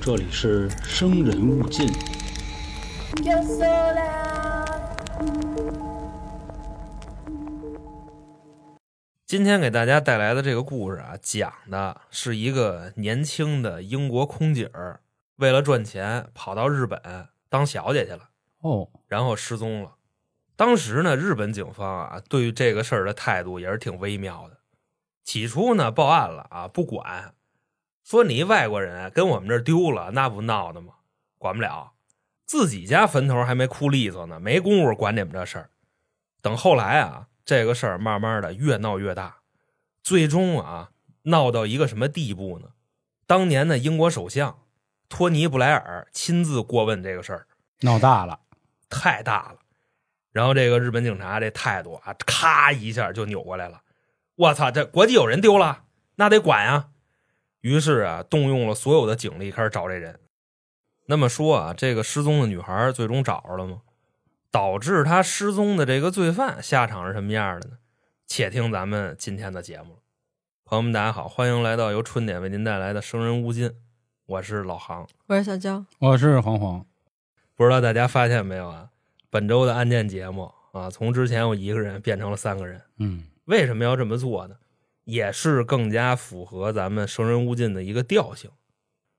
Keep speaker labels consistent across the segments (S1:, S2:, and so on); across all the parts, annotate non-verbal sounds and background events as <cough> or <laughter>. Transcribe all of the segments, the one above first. S1: 这里是《生人勿进》。
S2: Yo sola.
S3: 今天给大家带来的这个故事啊，讲的是一个年轻的英国空姐儿，为了赚钱跑到日本当小姐去了，
S4: 哦，
S3: 然后失踪了。当时呢，日本警方啊，对于这个事儿的态度也是挺微妙的。起初呢，报案了啊，不管，说你一外国人啊跟我们这儿丢了，那不闹的吗？管不了，自己家坟头还没哭利索呢，没工夫管你们这事儿。等后来啊，这个事儿慢慢的越闹越大，最终啊，闹到一个什么地步呢？当年的英国首相托尼布莱尔亲自过问这个事儿，
S4: 闹大了，
S3: 太大了。然后这个日本警察这态度啊，咔一下就扭过来了。我操，这国际有人丢了，那得管呀、于是啊，动用了所有的警力开始找这人。那么说啊，这个失踪的女孩最终找着了吗？导致她失踪的这个罪犯下场是什么样的呢？且听咱们今天的节目。朋友们，大家好，欢迎来到由春点为您带来的《生人勿近》，我是老航。
S5: 我是小娇，
S4: 我是黄黄，
S3: 不知道大家发现没有啊？本周的案件节目啊，从之前我一个人变成了三个人，
S4: 嗯，
S3: 为什么要这么做呢？也是更加符合咱们生人勿近的一个调性，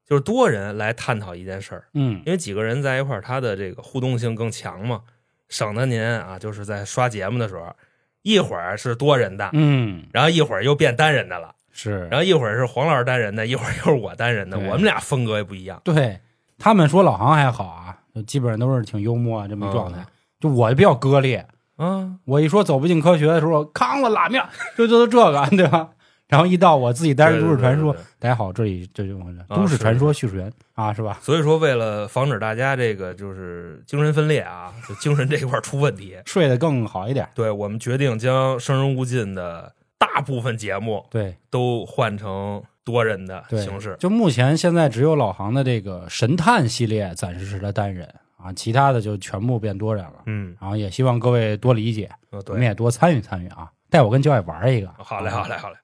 S3: 就是多人来探讨一件事儿，
S4: 嗯
S3: 因为几个人在一块儿，他的这个互动性更强嘛，省得您啊，就是在刷节目的时候，一会儿是多人的，
S4: 嗯，
S3: 然后一会儿又变单人的了，
S4: 是，
S3: 然后一会儿是黄老师单人的，一会儿又是我单人的，
S4: 对
S3: 我们俩风格也不一样，
S4: 对他们说老航还好啊，就基本上都是挺幽默啊这么一状态，就我比较割裂，
S3: 啊，
S4: 我一说走不进科学的时候，康了拉面， <laughs> 就就就这个，对吧？然后一到我自己待着都市传说
S3: 对，对对对对
S4: 大家好，这里这就是
S3: 啊
S4: 都市
S3: 是
S4: 传说叙述员啊，是吧？
S3: 所以说，为了防止大家这个就是精神分裂啊，就精神这一块儿出问题，
S4: 睡得更好一点，
S3: 对我们决定将《生人勿近》的大部分节目
S4: 对
S3: 都换成多人的
S4: 对，
S3: 形式。
S4: 就目前现在只有老航的这个神探系列暂时是他单人啊，其他的就全部变多人了。
S3: 嗯，
S4: 然后也希望各位多理解，
S3: 呃
S4: 你们
S3: 对，
S4: 也多参与参与啊！带我跟教练玩一个，啊
S3: 好嘞，好嘞，，好嘞。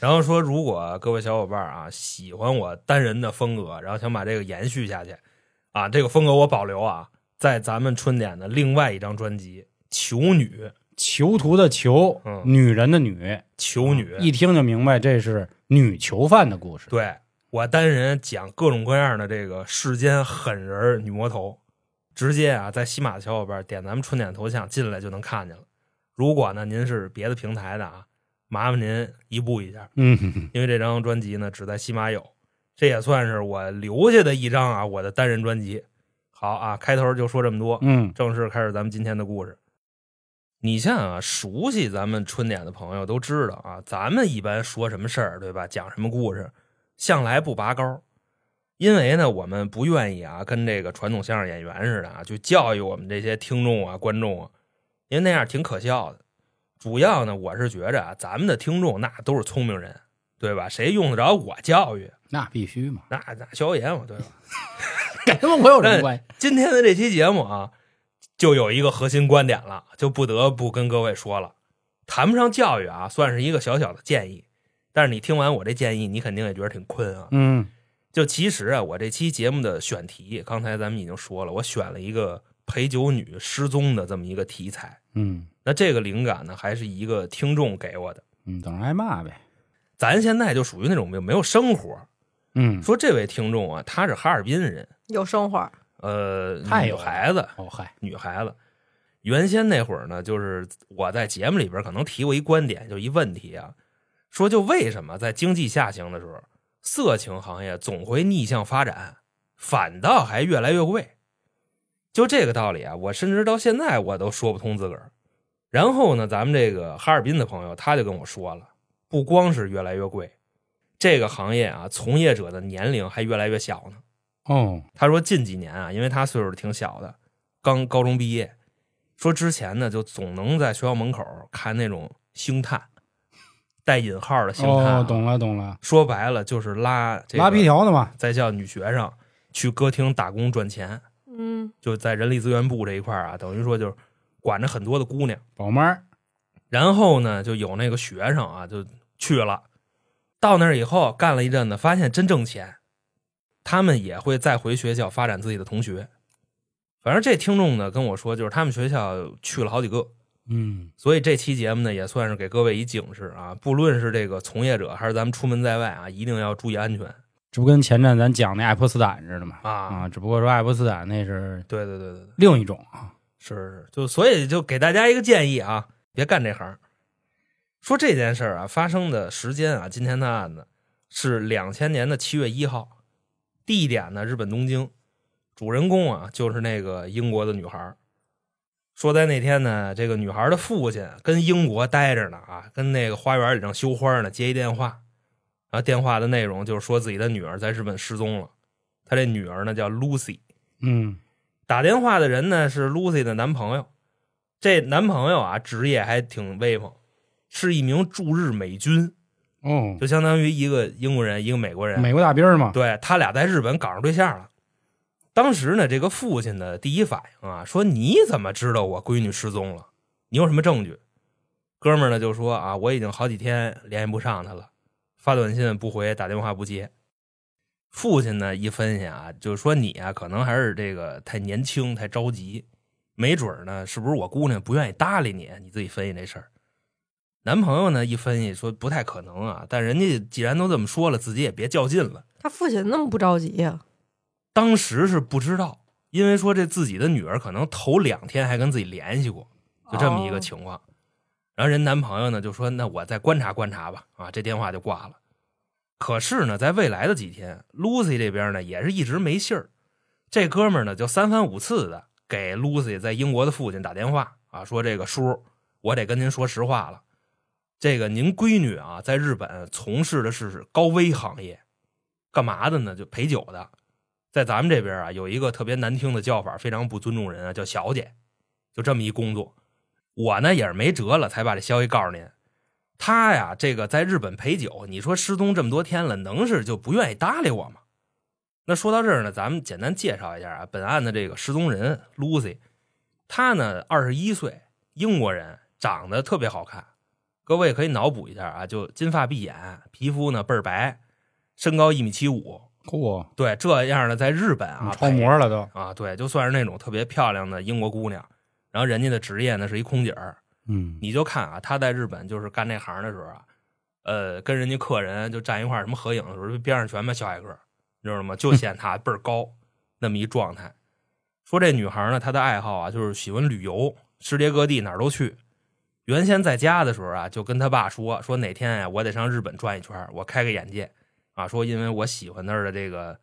S3: 然后说，如果各位小伙伴啊喜欢我单人的风格，然后想把这个延续下去，啊，这个风格我保留啊，在咱们春点的另外一张专辑《囚女》，
S4: 囚徒的囚，
S3: 嗯
S4: 女人的女，啊
S3: 囚女，
S4: 一听就明白这是女囚犯的故事。
S3: 对我单人讲各种各样的这个世间狠人儿女魔头，直接啊在喜马的小伙伴点咱们春点头像进来就能看见了。如果呢您是别的平台的啊，麻烦您移步一下，
S4: 嗯 <laughs> 哼哼，
S3: 因为这张专辑呢只在喜马有，这也算是我留下的一张啊我的单人专辑。好啊，开头就说这么多，
S4: 嗯，
S3: 正式开始咱们今天的故事。你像啊，熟悉咱们春点的朋友都知道啊，咱们一般说什么事儿，对吧？讲什么故事，向来不拔高，因为呢，我们不愿意啊，跟这个传统相声演员似的啊，就教育我们这些听众啊、观众啊，因为那样挺可笑的。主要呢，我是觉着啊，咱们的听众那都是聪明人，对吧？谁用得着我教育？
S4: 那必
S3: <laughs>
S4: 须嘛，
S3: 那那消炎我对吧？
S4: 跟他们我有什么关系？
S3: 今天的这期节目啊，就有一个核心观点了，就不得不跟各位说了，谈不上教育啊，算是一个小小的建议。但是你听完我这建议，你肯定也觉得挺困啊。
S4: 嗯
S3: 就其实啊，我这期节目的选题，刚才咱们已经说了，我选了一个陪酒女失踪的这么一个题材。
S4: 嗯
S3: 那这个灵感呢，还是一个听众给我的。
S4: 嗯，等着挨骂呗。
S3: 咱现在就属于那种没有没有生活。
S4: 嗯，
S3: <laughs> 说这位听众啊，他是哈尔滨人，
S5: 有生活，
S3: 呃，
S4: 太
S3: 有
S4: 有
S3: 孩子，
S4: 哦嗨，
S3: 女孩子。原先那会儿呢，就是我在节目里边可能提过一观点，就一问题啊，说就为什么在经济下行的时候，色情行业总会逆向发展，反倒还越来越贵？就这个道理啊，我甚至到现在我都说不通自个儿。然后呢，咱们这个哈尔滨的朋友他就跟我说了，不光是越来越贵，这个行业啊，从业者的年龄还越来越小呢。
S4: 哦，
S3: 他说近几年啊，因为他岁数挺小的，刚高中毕业，说之前呢就总能在学校门口看那种星探，带引号的星探啊、
S4: 哦，懂了懂了，
S3: 说白了就是拉、这个、
S4: 拉皮条的嘛，
S3: 在校女学生去歌厅打工赚钱，
S5: 嗯，
S3: 就在人力资源部这一块儿啊，等于说就是管着很多的姑娘。
S4: 宝妈儿，
S3: 然后呢，就有那个学生啊，就去了，到那儿以后干了一阵子，发现真挣钱。他们也会再回学校发展自己的同学。反正这听众呢跟我说，就是他们学校去了好几个，
S4: 嗯，
S3: 所以这期节目呢也算是给各位一警示啊，不论是这个从业者还是咱们出门在外啊，一定要注意安全
S4: 这不跟前站咱讲那爱泼斯坦似的吗？
S3: 啊
S4: 啊，。只不过说爱泼斯坦那是
S3: 对对对对对，
S4: 另一种啊，
S3: 是是，就所以就给大家一个建议啊，别干这行。说这件事儿啊，发生的时间啊，今天的案子是两千年的七月一号，地点呢日本东京，主人公啊就是那个英国的女孩儿。说在那天呢，这个女孩的父亲跟英国待着呢啊，跟那个花园里正修花呢，接一电话，然后电话的内容就是说自己的女儿在日本失踪了，他这女儿呢叫 Lucy，
S4: 嗯
S3: 打电话的人呢是 Lucy 的男朋友，这男朋友啊职业还挺威风，是一名驻日美军，
S4: 哦，
S3: 就相当于一个英国人，一个美国人。
S4: 美国大兵儿嘛，
S3: 对他俩在日本搞上对象了。当时呢，这个父亲的第一反应啊，说你怎么知道我闺女失踪了？你有什么证据？哥们儿呢就说啊，我已经好几天联系不上她了，发短信不回，打电话不接。父亲呢一分析啊，就说你啊，可能还是这个太年轻，太着急，没准儿呢，是不是我姑娘不愿意搭理你？你自己分析这事儿。男朋友呢一分析说不太可能啊，但人家既然都这么说了，自己也别较劲了。
S5: 他父亲那么不着急呀、
S3: 当时是不知道，因为说这自己的女儿可能头两天还跟自己联系过，就这么一个情况。然后人男朋友呢就说：“那我再观察观察吧。”啊，这电话就挂了。可是呢，在未来的几天，Lucy 这边呢也是一直没信儿。这哥们儿呢就三番五次的给 Lucy 在英国的父亲打电话啊，说这个叔，我得跟您说实话了，这个您闺女啊在日本从事的是高危行业，干嘛的呢？就陪酒的。在咱们这边啊，有一个特别难听的叫法，非常不尊重人啊，叫小姐，就这么一工作。我呢也是没辙了，才把这消息告诉您。他呀，这个在日本陪酒，你说失踪这么多天了，能是就不愿意搭理我吗？那说到这儿呢，咱们简单介绍一下啊，本案的这个失踪人 Lucy，她呢二十一岁，英国人，长得特别好看。各位可以脑补一下啊，就金发碧眼，皮肤呢倍儿白，身高一米七五，
S4: 嚯，
S3: 对，这样的在日本啊，
S4: 嗯超模了都，
S3: 陪啊，对，就算是那种特别漂亮的英国姑娘，然后人家的职业呢是一空姐儿，
S4: 嗯，
S3: 你就看啊，她在日本就是干这行的时候啊，呃，跟人家客人就站一块儿什么合影的时候，边上全他妈小矮个儿，你知道 <laughs> 吗？就显她倍儿高那么一状态。说这女孩呢，她的爱好啊就是喜欢旅游，世界各地哪儿都去。原先在家的时候啊，就跟他爸说说哪天呀、我得上日本转一圈儿，我开个眼界啊。说因为我喜欢那儿的这个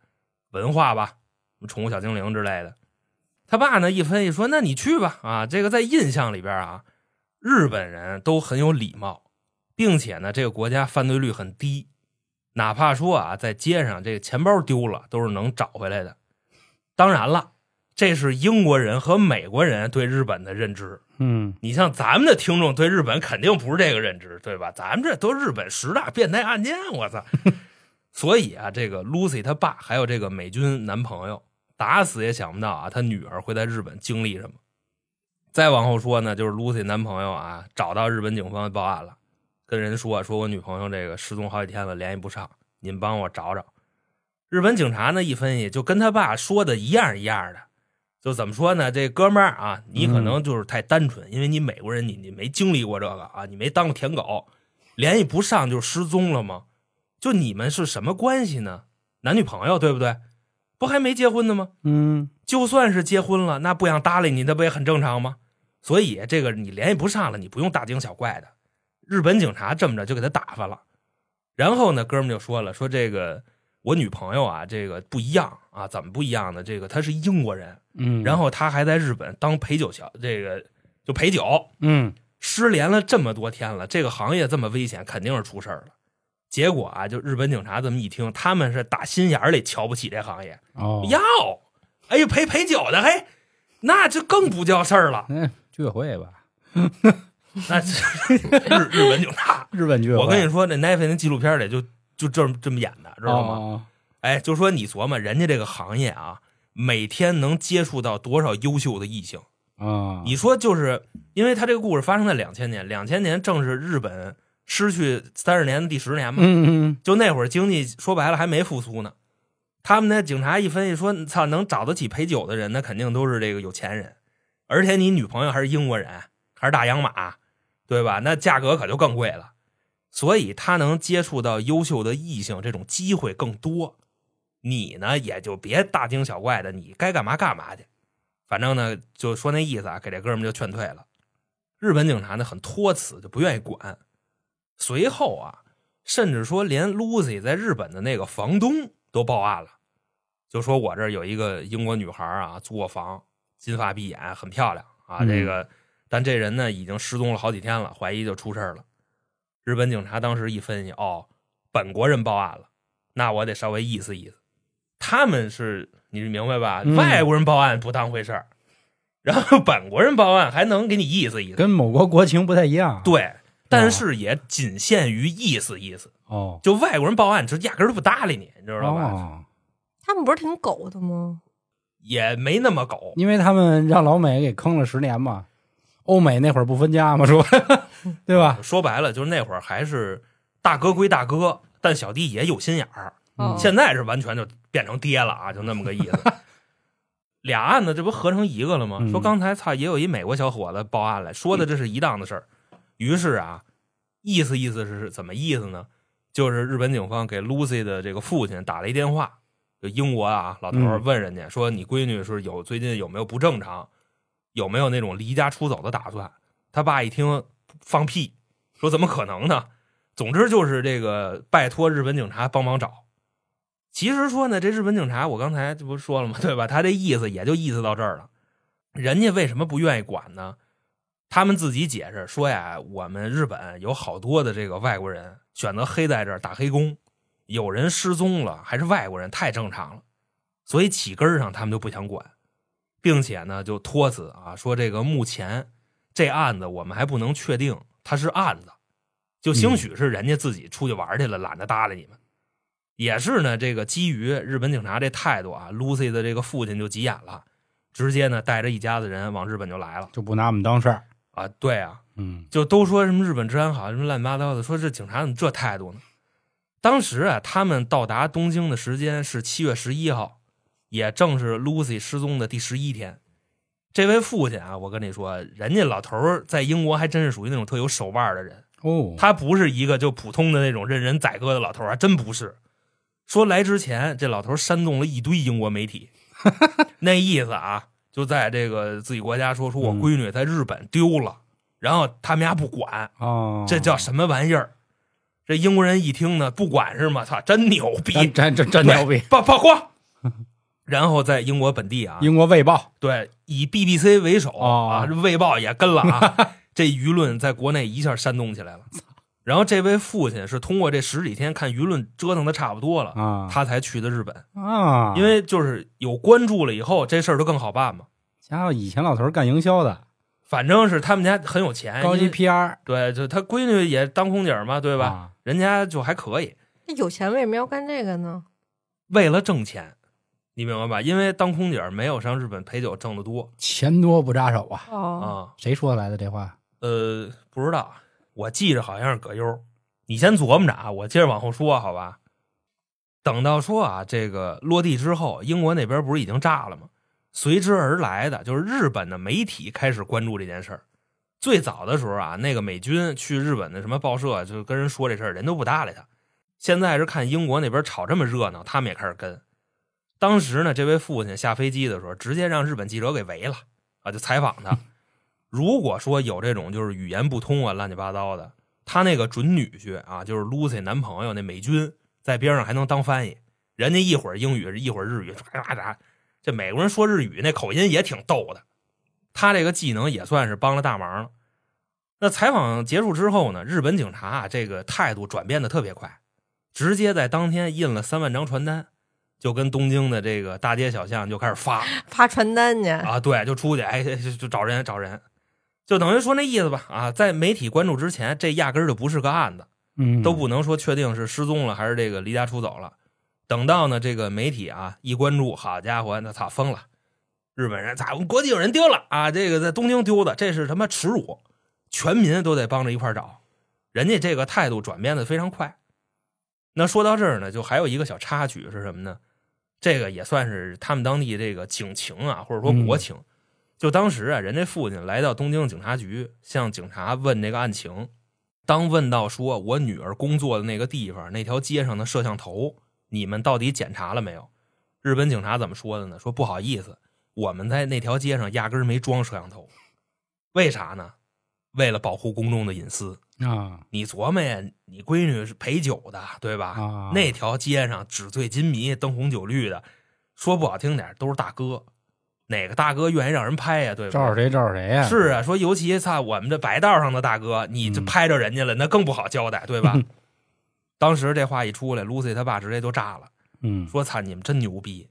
S3: 文化吧，什么宠物小精灵之类的。他爸呢一分析说，那你去吧啊，这个在印象里边啊，日本人都很有礼貌，并且呢，这个国家犯罪率很低，哪怕说啊，在街上这个钱包丢了，都是能找回来的。当然了，这是英国人和美国人对日本的认知。
S4: 嗯，
S3: 你像咱们的听众对日本肯定不是这个认知，对吧？咱们这都日本十大变态案件，我操！所以啊，这个 Lucy 她爸还有这个美军男朋友，打死也想不到啊，她女儿会在日本经历什么。再往后说呢，就是 Lucy 男朋友啊，找到日本警方报案了，跟人说啊说我女朋友这个失踪好几天了，联系不上，你们帮我找找。日本警察呢一分析，就跟他爸说的一样一样的，就怎么说呢？这哥们儿啊，你可能就是太单纯，因为你美国人你，你没经历过这个啊，你没当过舔狗，联系不上就失踪了吗？就你们是什么关系呢？男女朋友对不对？不还没结婚呢吗？
S4: 嗯，
S3: 就算是结婚了，那不想搭理你，那不也很正常吗？所以这个你联系不上了，你不用大惊小怪的。日本警察这么着就给他打发了。然后呢，哥们就说了，说这个我女朋友啊，这个不一样啊，怎么不一样呢？这个她是英国人，
S4: 嗯，
S3: 然后他还在日本当陪酒小，这个就陪酒，
S4: 嗯，
S3: 失联了这么多天了，这个行业这么危险，肯定是出事儿了。结果啊，就日本警察这么一听，他们是打心眼儿里瞧不起这行业，
S4: 哦，
S3: 哟，哎呦陪陪酒的，嘿，那就更不叫事儿了。
S4: 哎，聚会吧，
S3: 那日日本警察，
S4: 日本聚会，
S3: 我跟你说，那奈飞那纪录片里就就这么这么演的，知道吗？
S4: 哦
S3: 哎，就说你琢磨人家这个行业啊，每天能接触到多少优秀的异性。
S4: 啊，
S3: 你说就是因为他这个故事发生在两千年，两千年正是日本失去三十年的第十年嘛，
S4: 嗯嗯
S3: 就那会儿经济说白了还没复苏呢。他们那警察一分析说，操，能找得起陪酒的人，那肯定都是这个有钱人，而且你女朋友还是英国人，还是大洋马，对吧？那价格可就更贵了。所以他能接触到优秀的异性，这种机会更多。你呢，也就别大惊小怪的，你该干嘛干嘛去。反正呢，就说那意思啊，给这哥们儿就劝退了。日本警察呢很托辞，就不愿意管。随后啊，甚至说连 Lucy 在日本的那个房东都报案了，就说我这儿有一个英国女孩啊，租我房，金发碧眼，很漂亮啊。
S4: 嗯
S3: 这个，但这人呢已经失踪了好几天了，怀疑就出事儿了。日本警察当时一分析，哦，本国人报案了，那我得稍微意思意思。他们是你明白吧？
S4: 嗯
S3: 外国人报案不当回事儿，然后本国人报案还能给你意思意思。
S4: 跟某国国情不太一样。，
S3: 对，但是也仅限于意思意思。
S4: 哦，
S3: 就外国人报案，就压根儿都不搭理你，你知道吧？
S4: 哦，
S5: 他们不是挺狗的吗？
S3: 也没那么狗。
S4: 因为他们让老美给坑了十年嘛，欧美那会儿不分家
S3: <laughs>
S4: 嘛，说对吧？
S3: 说白了，就是那会儿还是大哥归大哥，但小弟也有心眼儿。
S4: 嗯
S5: 哦
S3: 现在是完全就变成爹了啊，就那么个意思。 <laughs> 俩案子这不合成一个了吗？
S4: 嗯
S3: 说刚才操也有一美国小伙子报案来说的这是一档子事儿，于是啊，意思意思是怎么意思呢？就是日本警方给 Lucy 的这个父亲打了一电话，就英国啊老头儿
S4: 嗯
S3: 问人家说你闺女是有最近有没有不正常，有没有那种离家出走的打算？他爸一听放屁，说怎么可能呢？总之就是这个拜托日本警察帮忙找。其实说呢，这日本警察我刚才这不是说了吗？对吧？他这意思也就意思到这儿了。人家为什么不愿意管呢？他们自己解释说呀，我们日本有好多的这个外国人选择黑在这儿打黑工，有人失踪了还是外国人，太正常了。所以起根儿上他们就不想管，并且呢就托辞啊说这个目前这案子我们还不能确定它是案子，就兴许是人家自己出去玩去了，懒得搭理你们。也是呢，这个基于日本警察这态度啊，Lucy 的这个父亲就急眼了，直接呢带着一家子人往日本就来了
S4: 就不拿我们当事儿。
S3: 啊。对啊，
S4: 嗯，
S3: 就都说什么日本治安好，什么乱七八糟的，说这警察怎么这态度呢？当时啊，他们到达东京的时间是七月十一号，也正是 Lucy 失踪的第十一天。这位父亲啊，我跟你说，人家老头儿在英国还真是属于那种特有手腕的人，
S4: 哦，
S3: 他不是一个就普通的那种任人宰割的老头儿，还真不是。说来之前，这老头儿煽动了一堆英国媒
S4: <laughs>
S3: 体，那意思啊，就在这个自己国家说说我
S4: 嗯
S3: 闺女在日本丢了，然后他们家不管，
S4: 哦，
S3: 这叫什么玩意儿？这英国人一听呢，不管是吗？操，真牛逼，
S4: 真真真真牛逼！
S3: 曝曝光。然后在英国本地啊，
S4: 英国卫报
S3: 对，以 BBC 为首、
S4: 哦
S3: 啊，这卫报也跟了
S4: <laughs>
S3: 啊，这舆论在国内一下煽动起来了。然后这位父亲是通过这十几天看舆论折腾的差不多了，
S4: 啊
S3: 他才去的日本，
S4: 啊，
S3: 因为就是有关注了以后，这事儿就更好办嘛。
S4: 家伙以前老头儿干营销的，
S3: 反正是他们家很有钱，
S4: 高
S3: 哎因
S4: 级啊
S3: 为
S4: PR
S3: 对，就他闺女也当空姐嘛，对
S4: 对
S3: 吧？？人家就还可以。
S5: 那有钱为什么要干这个呢？
S3: 为了挣钱，你明白吧？因为当空姐儿没有上日本陪酒挣得多
S4: 钱多不扎手啊！
S5: 哦，
S3: 啊。
S4: 谁说来的这话？
S3: 呃，不知道，我记着好像是葛优。你先琢磨着啊，我接着往后说，好吧？等到说啊，这个落地之后，英国那边不是已经炸了吗？随之而来的就是日本的媒体开始关注这件事儿。最早的时候啊，那个美军去日本的什么报社啊，就跟人说这事儿，人都不搭理他。现在是看英国那边吵这么热闹，他们也开始跟。当时呢，这位父亲下飞机的时候，直接让日本记者给围了啊，就采访他。如果说有这种就是语言不通啊、乱七八糟的，他那个准女婿啊，就是 Lucy 男朋友那美军，在边上还能当翻译，人家一会儿英语一会儿日语，唰唰唰，这美国人说日语那口音也挺逗的，他这个技能也算是帮了大忙了。那采访结束之后呢，日本警察啊这个态度转变的特别快，直接在当天印了三万张传单，就跟东京的这个大街小巷就开始发。
S5: 发传单去，
S3: 啊，对，就出去，哎，就就找人找人，就等于说那意思吧，啊，在媒体关注之前，这压根儿就不是个案子，
S4: 嗯，
S3: 都不能说确定是失踪了还是这个离家出走了。等到呢这个媒体啊一关注，好家伙，那操疯了，日本人咋我们国际有人丢了啊？这个在东京丢的，这是他妈耻辱，全民都得帮着一块儿找。人家这个态度转变的非常快。那说到这儿呢，就还有一个小插曲是什么呢？这个也算是他们当地这个警情啊，或者说国情。就当时啊，人这父亲来到东京警察局，向警察问这个案情。当问到说我女儿工作的那个地方那条街上的摄像头，你们到底检查了没有？日本警察怎么说的呢？说不好意思，我们在那条街上压根儿没装摄像头，为啥呢？为了保护公众的隐私。
S4: 啊
S3: 你琢磨呀，你闺女是陪酒的，对吧？
S4: 啊
S3: 那条街上纸醉金迷、灯红酒绿的，说不好听点儿都是大哥，哪个大哥愿意让人拍呀？对吧？
S4: 照着谁照着谁呀？
S3: 是啊，说尤其操我们这白道上的大哥，你这
S4: 嗯
S3: 拍着人家了，那更不好交代，对吧？当时这话一出来，Lucy 他爸直接就炸了，
S4: 嗯，
S3: 说：“操，你们真牛逼！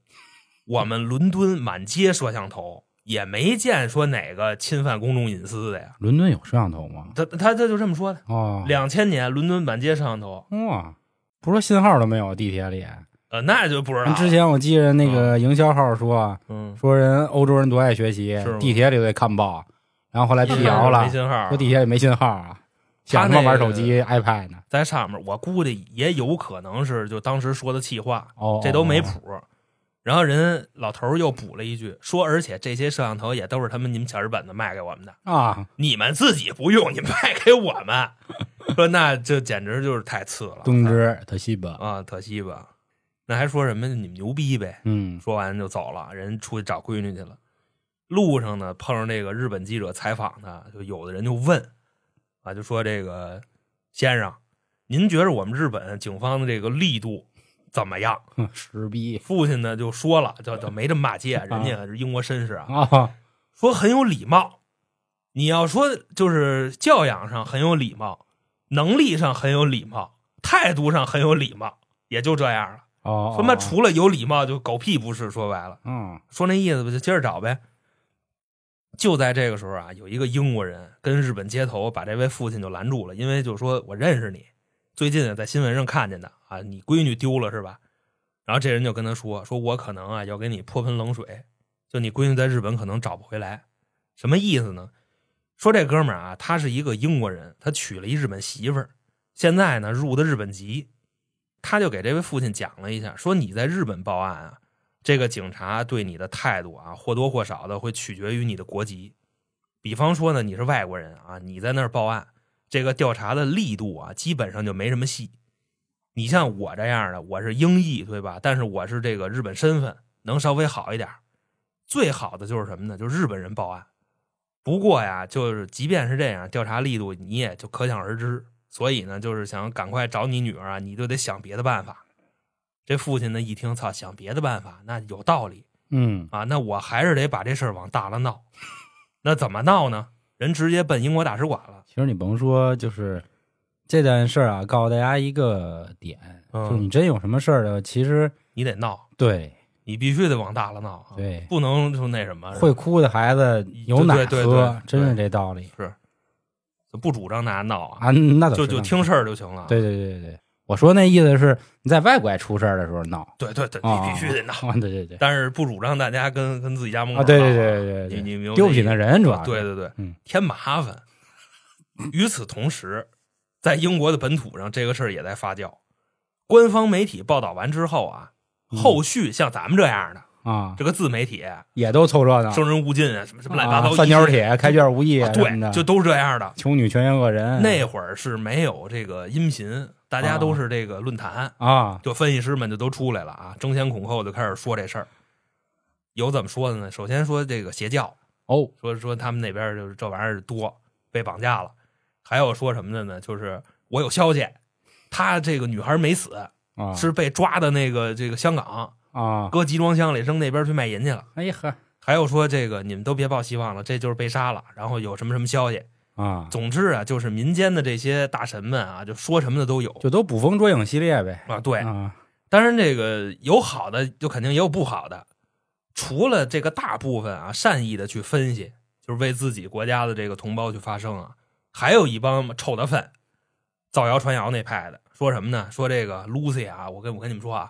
S3: 我们伦敦满街摄像头，也没见说哪个侵犯公众隐私的呀。
S4: 伦敦有摄像头吗？
S3: 他”他他就这么说的。
S4: 哦，
S3: 两千年伦敦满街摄像头，
S4: 哇，不是说信号都没有地铁里。
S3: 呃，那就不知道了。
S4: 嗯之前我记着那个营销号说啊
S3: 嗯，
S4: 说人欧洲人多爱学习
S3: 是吗，啊
S4: 地铁里得看报，然后后来辟谣
S3: 没
S4: 了，
S3: 信号
S4: 说。地铁里没信号啊，想他
S3: 他
S4: 妈
S3: 那
S4: 玩手机 iPad 呢。
S3: 在上面，我估计也有可能是就当时说的气话，
S4: 哦，
S3: 这都没
S4: 哦
S3: 谱。然后人老头儿又补了一句，说而且这些摄像头也都是他们你们小日本的卖给我们的，
S4: 啊，
S3: 你们自己不用，你们卖给我们。 <laughs> 说那这简直就是太次了，
S4: 东芝特西吧，
S3: 啊，特西吧。那还说什么你们牛逼呗？
S4: 嗯 <laughs>
S3: 说完就走了，人出去找闺女去了。路上呢，碰上这个日本记者采访他，就有的人就问啊，就说这个先生，您觉得我们日本警方的这个力度怎么样？
S4: 哼石逼
S3: 父亲呢就说了，就就没这么骂街，人家是英国绅士啊，
S4: 啊，
S3: 说很有礼貌。你要说就是教养上很有礼貌，能力上很有礼貌，态度上很有礼貌，也就这样了。
S4: 哦，
S3: 他妈
S4: 哦，
S3: 除了有礼貌，就狗屁不是。说白了。
S4: 嗯
S3: 说那意思吧，就接着找呗。就在这个时候啊，有一个英国人跟日本街头把这位父亲就拦住了，因为就说我认识你，最近啊在新闻上看见的啊，你闺女丢了是吧？然后这人就跟他说，说我可能啊要给你泼盆冷水，就你闺女在日本可能找不回来，什么意思呢？说这哥们儿啊，他是一个英国人，他娶了一日本媳妇儿，现在呢入的日本籍，他就给这位父亲讲了一下，说你在日本报案啊，这个警察对你的态度啊，或多或少的会取决于你的国籍。比方说呢，你是外国人啊，你在那儿报案，这个调查的力度啊，基本上就没什么戏。你像我这样的，我是英裔，对吧？但是我是这个日本身份，能稍微好一点儿。最好的就是什么呢？就是日本人报案。不过呀，就是即便是这样，调查力度你也就可想而知。所以呢，就是想赶快找你女儿啊，你就得想别的办法。这父亲呢一听，操，想别的办法，那有道理
S4: 嗯
S3: 啊。那我还是得把这事儿往大了闹。那怎么闹呢？人直接奔英国大使馆了。
S4: 其实你甭说，就是这件事儿啊，告诉大家一个点，
S3: 嗯
S4: 就是你真有什么事儿的，其实
S3: 你得闹，
S4: 对
S3: 你必须得往大了闹嗯啊，
S4: 对，
S3: 不能就那什么，
S4: 会哭的孩子有奶
S3: 对对对
S4: 喝
S3: 对，
S4: 真是这道理
S3: 就不主张大家闹啊，
S4: 啊。那倒
S3: 就是就
S4: 那
S3: 听事儿就行了。
S4: 对对对对对，我说那意思是你在外国也出事儿的时候闹
S3: 对对对，
S4: 啊，
S3: 你必须得闹，
S4: 啊对对对
S3: 但是不主张大家跟跟自己家门口
S4: 啊，对
S3: 闹
S4: 对对对对，
S3: 你你明白
S4: 丢不起那人主要是
S3: 啊对对对，
S4: 嗯
S3: 添麻
S4: <clears throat>
S3: 烦。与此同时，在英国的本土上，这个事儿也在发酵。官方媒体报道完之后啊，
S4: 嗯
S3: 后续像咱们这样的
S4: 啊，
S3: 这个自媒体，
S4: 也都凑热闹，
S3: 生人勿近啊，什么什么乱七八
S4: 啊
S3: 糟，
S4: 三角铁开卷无益
S3: 啊，
S4: 什么
S3: 对，
S4: 的嗯
S3: 就都是这样的。
S4: 穷女全员恶人
S3: 那会儿是没有这个音频，大家都是这个论坛，
S4: 啊
S3: 就分析师们就都出来了啊，争先恐后就开始说这事儿。有怎么说的呢？首先说这个邪教，
S4: 哦
S3: 说说他们那边就是这玩意儿多，被绑架了。还有说什么的呢？就是我有消息，她这个女孩没死，
S4: 啊
S3: 是被抓的那个这个香港
S4: 啊，
S3: 搁集装箱里扔那边去卖淫去了。
S4: 哎呀呵
S3: 还有说这个你们都别抱希望了，这就是被杀了。然后有什么什么消息，
S4: 啊，
S3: 总之啊，就是民间的这些大神们啊，就说什么的都有
S4: 就都捕风捉影系列呗
S3: 啊。对，
S4: 啊
S3: 当然这个有好的，就肯定也有不好的。除了这个大部分啊，善意的去分析，就是为自己国家的这个同胞去发声啊，还有一帮臭的粪，造谣传谣那派的，说什么呢？说这个 Lucy 啊，我跟我跟你们说啊，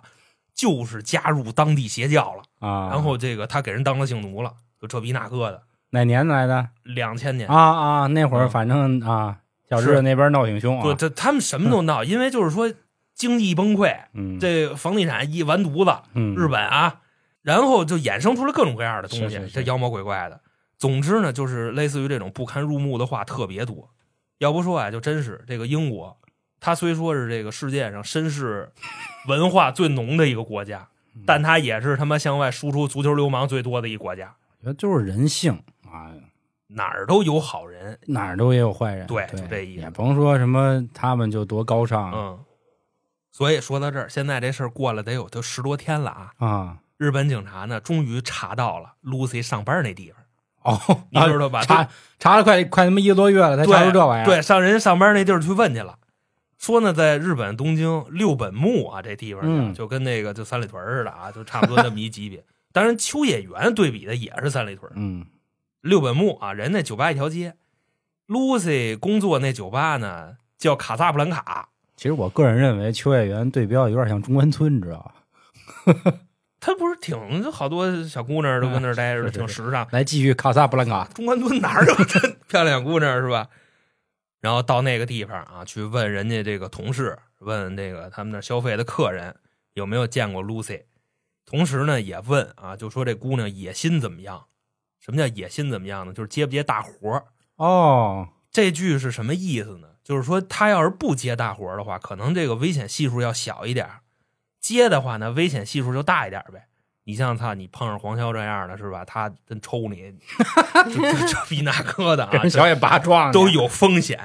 S3: 就是加入当地邪教了，
S4: 啊，
S3: 然后这个他给人当了性奴了，就这逼那个的。
S4: 哪年来的
S3: 两千年，
S4: 啊啊？那会儿
S3: 嗯
S4: 反正啊，小
S3: 是
S4: 日那边闹挺凶
S3: 不，
S4: 啊
S3: 这他们什么都闹，因为就是说经济崩溃，
S4: 嗯，
S3: 这房地产一完犊子，
S4: 嗯
S3: 日本啊，然后就衍生出了各种各样的东
S4: 是
S3: 西
S4: 是，是
S3: 这妖魔鬼怪的。总之呢，就是类似于这种不堪入目的话特别多。要不说啊，就真是这个英国，它虽说是这个世界上绅士文化最浓的一个国家，
S4: 嗯
S3: 但它也是他妈向外输出足球流氓最多的一国家，
S4: 觉得就是人性啊，
S3: 哪儿都有好人。
S4: 哪儿都也有坏人，
S3: 对
S4: 对，
S3: 就这意思
S4: 也甭说什么他们就多高尚、
S3: 嗯，所以说到这儿，现在这事儿过了得有都十多天了啊。
S4: 啊。
S3: 日本警察呢，终于查到了 Lucy 上班那地方。
S4: 哦，
S3: 你知道吧
S4: 啊查查了快快他妈一个多月了，才
S3: 对
S4: 查出这玩意儿。
S3: 对，上人家上班那地儿去问去了，说呢，在日本东京六本木啊这地方、
S4: 嗯
S3: 就跟那个就三里屯似的啊，就差不多那么一级别。当然，秋叶原对比的也是三里屯、
S4: 嗯
S3: 六本木啊，人那酒吧一条街。Lucy 工作那酒吧呢叫卡萨布兰卡，
S4: 其实我个人认为秋叶原对标有点像中关村，你知道吧？
S3: 她不是挺好多小姑娘都跟那儿待着，
S4: 是是
S3: 挺时尚。
S4: 来继续卡萨布兰卡。
S3: 中关村哪儿有这 <laughs> 漂亮姑娘是吧？然后到那个地方啊，去问人家这个同事，问这个他们那儿消费的客人有没有见过 Lucy，同时呢也问啊，就说这姑娘野心怎么样？什么叫野心怎么样呢？就是接不接大活儿。
S4: 哦，
S3: 这句是什么意思呢？就是说他要是不接大活儿的话，可能这个危险系数要小一点儿；接的话呢，危险系数就大一点儿呗。你像操，你碰上黄潇这样的是吧？他真抽你， <laughs> 就就就比那疙
S4: <laughs>
S3: 瘩啊，
S4: 跟小野拔撞的
S3: 都有风险。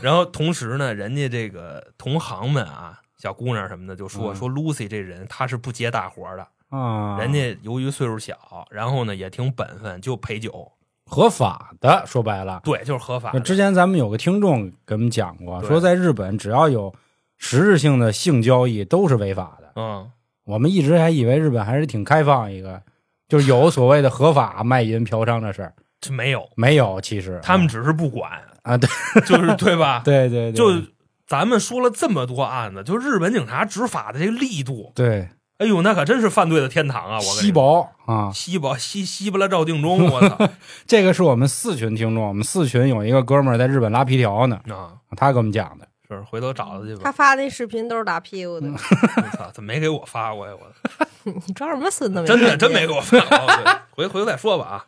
S3: 然后同时呢，人家这个同行们啊，小姑娘什么的就说、
S4: 嗯
S3: 说 Lucy 这人她是不接大活儿的，
S4: 啊，
S3: 人家由于岁数小，然后呢也挺本分，就陪酒，
S4: 合法的，说白了。
S3: 对，就是合法
S4: 就
S3: 的。
S4: 之前咱们有个听众给我们讲过，
S3: 对
S4: 说在日本只要有实质性的性交易都是违法的。
S3: 嗯，
S4: 我们一直还以为日本还是挺开放一个，就是有所谓的合法卖淫嫖娼的事儿，
S3: 这没有，
S4: 没有。其实
S3: 他们只是不管，
S4: 啊，对
S3: 就是对吧？
S4: <laughs> 对对，对
S3: 就咱们说了这么多案子，就日本警察执法的这个力度，
S4: 对
S3: 哎呦，那可真是犯罪的天堂啊！我跟你说
S4: 吸薄啊，
S3: 西宝西西不拉赵定中，我操 <laughs>
S4: 这个是我们四群听众，我们四群有一个哥们儿在日本拉皮条呢，
S3: 啊！
S4: 他给我们讲的。
S3: 是回头找他去吧
S5: 他。发那视频都是打屁股的，
S3: 嗯我操，怎么没给我发过呀？我
S5: <laughs> 你装什么孙子没？
S3: 真的真没给我发过，对回回头再说吧啊。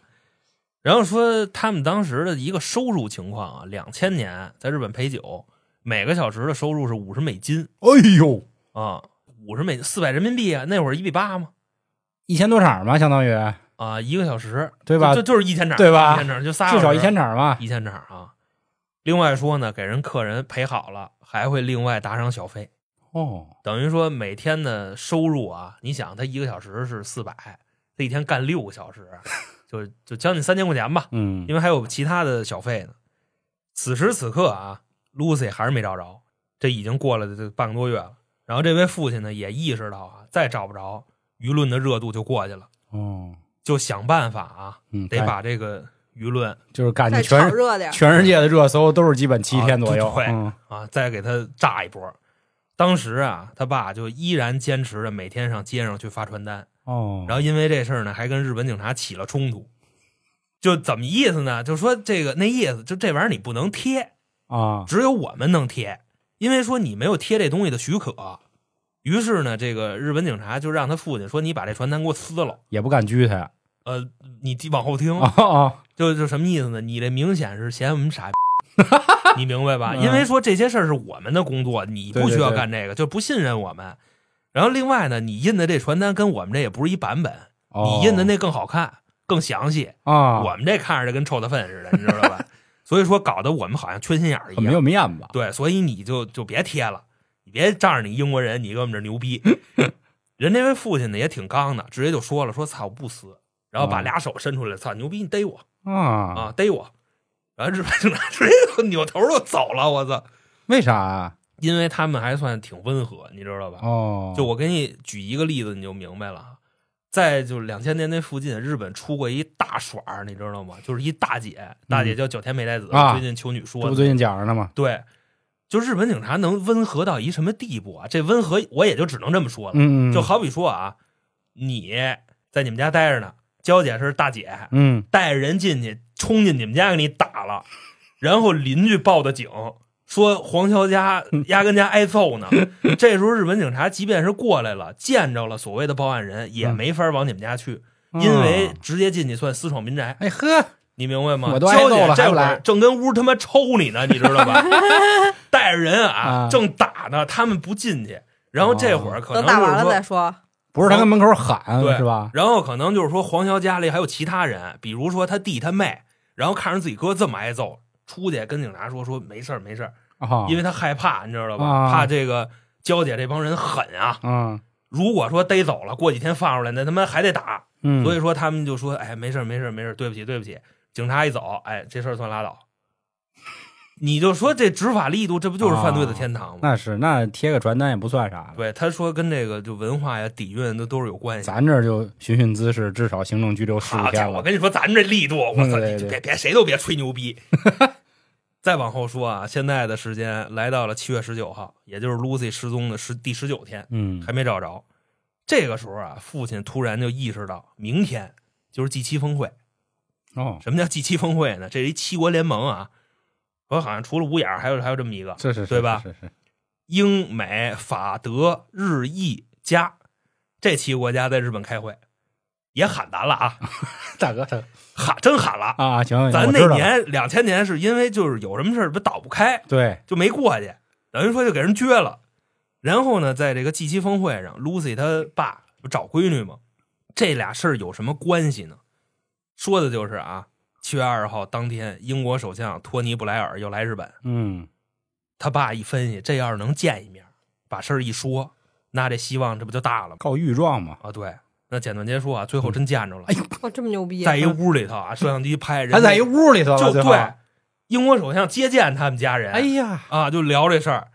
S3: 然后说他们当时的一个收入情况啊，两千年在日本陪酒，每个小时的收入是五十美金
S4: 哎呦，
S3: 啊，五十美四百人民币啊，那会儿一比八嘛
S4: 一千多场嘛，相当于
S3: 啊，一个小时
S4: 对吧
S3: 就就就是一千场
S4: 对吧
S3: 一千场就仨小
S4: 至
S3: 时，
S4: 少一千场嘛。
S3: 一千场啊。另外说呢，给人客人陪好了，还会另外打赏小费。
S4: 哦，
S3: 等于说每天的收入啊，你想他一个小时是四百，他一天干六个小时，啊就就将近三千块钱吧，
S4: 嗯
S3: 因为还有其他的小费呢。此时此刻啊，Lucy 还是没找着，这已经过了这半个多月了。然后这位父亲呢也意识到啊，再找不着，舆论的热度就过去了，
S4: 哦，
S3: 就想办法啊，
S4: 嗯，
S3: 得
S4: 哎
S3: 把这个舆论
S4: 就是感觉
S5: 再
S4: 全
S5: 炒
S4: 是
S5: 热点儿，
S4: 全世界的热搜都是基本七天左右。
S3: 啊对
S4: 嗯
S3: 啊，再给他炸一波。当时啊，他爸就依然坚持着每天上街上去发传单，
S4: 哦，
S3: 然后因为这事儿呢，还跟日本警察起了冲突。就怎么意思呢？就说这个那意思，就这玩意儿你不能贴，
S4: 啊，
S3: 只有我们能贴，因为说你没有贴这东西的许可。于是呢，这个日本警察就让他父亲说：“你把这传单给我撕了，
S4: 也不敢拘他呀。
S3: 呃，你往后听。
S4: 啊啊，
S3: 就就什么意思呢？你这明显是嫌我们
S4: <laughs>
S3: 傻逼，你明白吧？
S4: 嗯
S3: 因为说这些事儿是我们的工作，你不需要干这个，就不信任我们。然后另外呢，你印的这传单跟我们这也不是一版本，
S4: 哦
S3: 你印的那更好看、更详细，
S4: 啊，
S3: 我们这看着就跟臭大粪似的，你知道吧？ <laughs> 所以说搞得我们好像缺心眼儿一
S4: 没有
S3: 样。
S4: 面子。
S3: 对，所以你就就别贴了，你别仗着你英国人，你跟我们这牛
S4: <laughs>
S3: 逼。人那位父亲呢也挺刚的，直接就说了，说操我不撕，然后把
S4: 哦
S3: 俩手伸出来，操牛逼你逮我。
S4: 啊，
S3: 啊，逮我！然后日本警察直接就扭头就走了，我操！
S4: 为啥呀？
S3: 因为他们还算挺温和，你知道吧？
S4: 哦，
S3: 就我给你举一个例子，你就明白了啊。在就两千年那附近，日本出过一大耍儿，你知道吗？就是一大姐，大姐叫九田美代子，
S4: 啊
S3: 最近求女
S4: 这
S3: 说
S4: 不
S3: 的。
S4: 最近讲着呢吗？
S3: 对，就日本警察能温和到一什么地步啊？这温和我也就只能这么说了。
S4: 嗯，嗯
S3: 就好比说啊，你在你们家待着呢，娇姐是大姐，
S4: 嗯，
S3: 带着人进去，冲进你们家给你打了，然后邻居报的警，说黄乔家
S4: 嗯
S3: 压根家挨揍呢。这时候日本警察即便是过来了，见着了所谓的报案人，也没法往你们家去，因为
S4: 嗯
S3: 直接进去算私闯民宅，
S4: 哎呵，
S3: 你明白吗？
S4: 我都挨揍
S3: 娇姐
S4: 了还
S3: 这
S4: 不
S3: 会
S4: 来
S3: 儿正跟屋他妈抽你呢，你知道
S4: <laughs>
S3: 吧？带着人啊
S4: 啊，
S3: 正打呢，他们不进去，然后这会儿可能
S5: 等打
S3: 就
S5: 完
S3: 是
S5: 了
S3: 说
S5: 再。说。
S4: 不是他跟门口喊
S3: 对
S4: 啊是吧？
S3: 然后可能就是说，黄潇家里还有其他人，比如说他弟他妹，然后看着自己哥这么挨揍，出去跟警察说说没事儿没事儿，
S4: 啊，
S3: 因为他害怕，你知道吧？
S4: 啊
S3: 怕这个娇姐这帮人狠啊，
S4: 嗯
S3: 如果说逮走了，过几天放出来，那他妈还得打。
S4: 嗯，
S3: 所以说他们就说，哎，没事儿没事儿没事儿，对不起对不起。警察一走，哎，这事儿算拉倒。你就说这执法力度，这不就是犯
S4: 啊
S3: 罪的天堂吗？
S4: 那是那贴个传单也不算啥了。
S3: 对，他说跟这个就文化呀、底蕴都都是有关系。
S4: 咱这儿就寻衅滋事，至少行政拘留十五
S3: 好家
S4: 天
S3: 伙，我
S4: 了。
S3: 跟你说，咱们这力度，我操，
S4: 嗯对
S3: 你
S4: 对
S3: 别别谁都别吹牛
S4: <laughs>
S3: 逼。再往后说啊，现在的时间来到了七月十九号，也就是 Lucy 失踪的十第十九天，
S4: 嗯
S3: 还没找着。这个时候啊，父亲突然就意识到，明天就是 G 七峰会。
S4: 哦，
S3: 什么叫 G 七峰会呢？这是一七国联盟啊，我好像除了五眼儿，还有还有这么一个
S4: 这是是
S3: 对吧
S4: 是是，
S3: 英美法德日意加这七个国家在日本开会，也喊咱了
S4: <laughs>
S3: 啊，
S4: 大哥大哥
S3: 喊真喊了。
S4: 啊，行，行
S3: 咱
S4: 我知
S3: 那
S4: 道了
S3: 年两千年是因为就是有什么事儿不倒不开，
S4: 对
S3: 就没过去，等于说就给人撅了。然后呢，在这个 G 七峰会上，Lucy 她爸不找闺女吗？这俩事儿有什么关系呢？说的就是啊，七月二号当天，英国首相托尼布莱尔又来日本，
S4: 嗯
S3: 他爸一分析，这要是能见一面，把事儿一说，那这希望这不就大了吗？
S4: 告御状嘛，
S3: 啊，对，那简短截说啊，最后真见着了，
S4: 哎呦，
S5: 哇，这么牛逼！
S3: 在一屋里头啊，摄像机拍，人
S4: 还
S3: 家
S4: 在一屋里头了
S3: 就
S4: 最后
S3: 对，英国首相接见他们家人，
S4: 哎呀，
S3: 啊，就聊这事儿，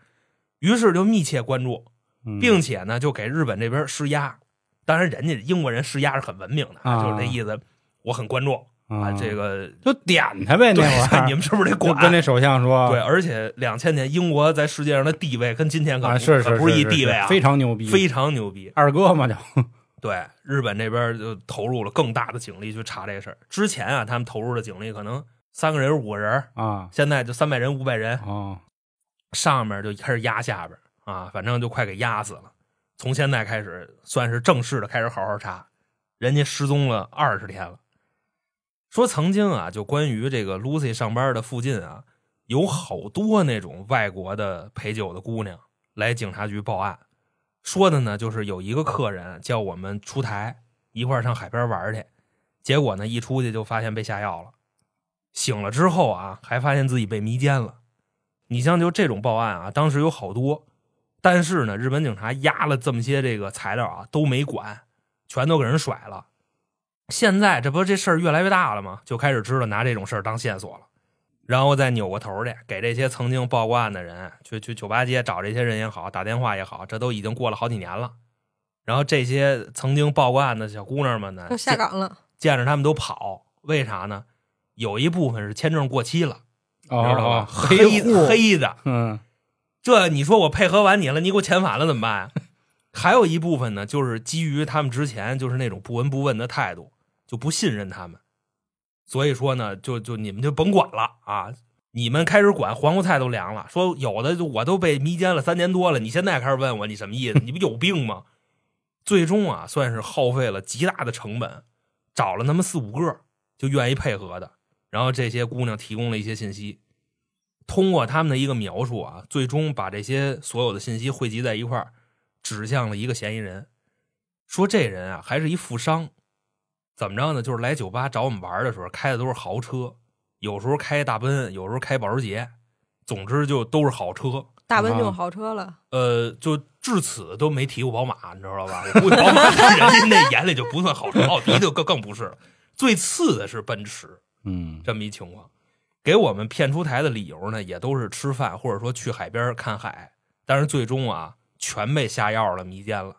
S3: 于是就密切关注，
S4: 嗯
S3: 并且呢，就给日本这边施压。当然，人家英国人施压是很文明的，
S4: 啊
S3: 就是那意思，我很关注啊，
S4: 啊
S3: 这个
S4: 就点他呗，那
S3: 对，
S4: 会
S3: <laughs>
S4: 儿
S3: 你们是不是得
S4: 就
S3: 管？
S4: <laughs> 跟那首相说，啊
S3: 对，而且两千年英国在世界上的地位跟今天可不、
S4: 啊，是
S3: 可
S4: 是
S3: 不
S4: 是
S3: 一
S4: 是
S3: 地位
S4: 是
S3: 啊，
S4: 非常牛逼，
S3: 非常牛逼。
S4: 二哥嘛就
S3: 对，日本这边就投入了更大的警力去查这个事儿。之前啊，他们投入的警力可能三个人、五个人，
S4: 啊
S3: 现在就三百人、五百人，
S4: 哦
S3: 上面就开始压下边儿啊，反正就快给压死了。从现在开始，算是正式的开始好好查。人家失踪了二十天了，说曾经啊，就关于这个 Lucy 上班的附近啊，有好多那种外国的陪酒的姑娘来警察局报案，说的呢就是有一个客人叫我们出台一块儿上海边玩儿去，结果呢一出去就发现被下药了，醒了之后啊，还发现自己被迷奸了。你像就这种报案啊，当时有好多，但是呢，日本警察压了这么些这个材料啊，都没管，全都给人甩了。现在这不这事儿越来越大了吗？就开始知道拿这种事儿当线索了，然后再扭过头去给这些曾经报过案的人，去去酒吧街找这些人也好，打电话也好，这都已经过了好几年了。然后这些曾经报过案的小姑娘们呢，
S5: 要下岗了，
S3: 见着他们都跑，为啥呢？有一部分是签证过期了，
S4: 哦
S3: 你知道吧？
S4: 哦
S3: 黑
S4: 户
S3: 黑的，
S4: 嗯
S3: 这你说我配合完你了，你给我遣返了怎么办呀、 <laughs> 还有一部分呢，就是基于他们之前就是那种不闻不问的态度，就不信任他们，所以说呢，就就你们就甭管了啊！你们开始管黄瓜菜都凉了，说有的就我都被迷奸了三年多了，你现在开始问我你什么意思？你不有病吗？最终啊，算是耗费了极大的成本，找了他们四五个就愿意配合的，然后这些姑娘提供了一些信息，通过他们的一个描述啊，最终把这些所有的信息汇集在一块儿，指向了一个嫌疑人。说这人啊，还是一富商，怎么着呢？就是来酒吧找我们玩的时候，开的都是豪车，有时候开大奔，有时候开保时捷，总之就都是好车。
S5: 大奔就有豪车了。
S3: 呃，就至此都没提过宝马，你知道吧？我估计宝马 <laughs> 在人家那眼里就不算好车，奥迪就更更不是了。最次的是奔驰，
S4: 嗯
S3: 这么一情况。给我们骗出台的理由呢，也都是吃饭或者说去海边看海，但是最终啊，全被下药了，迷奸了。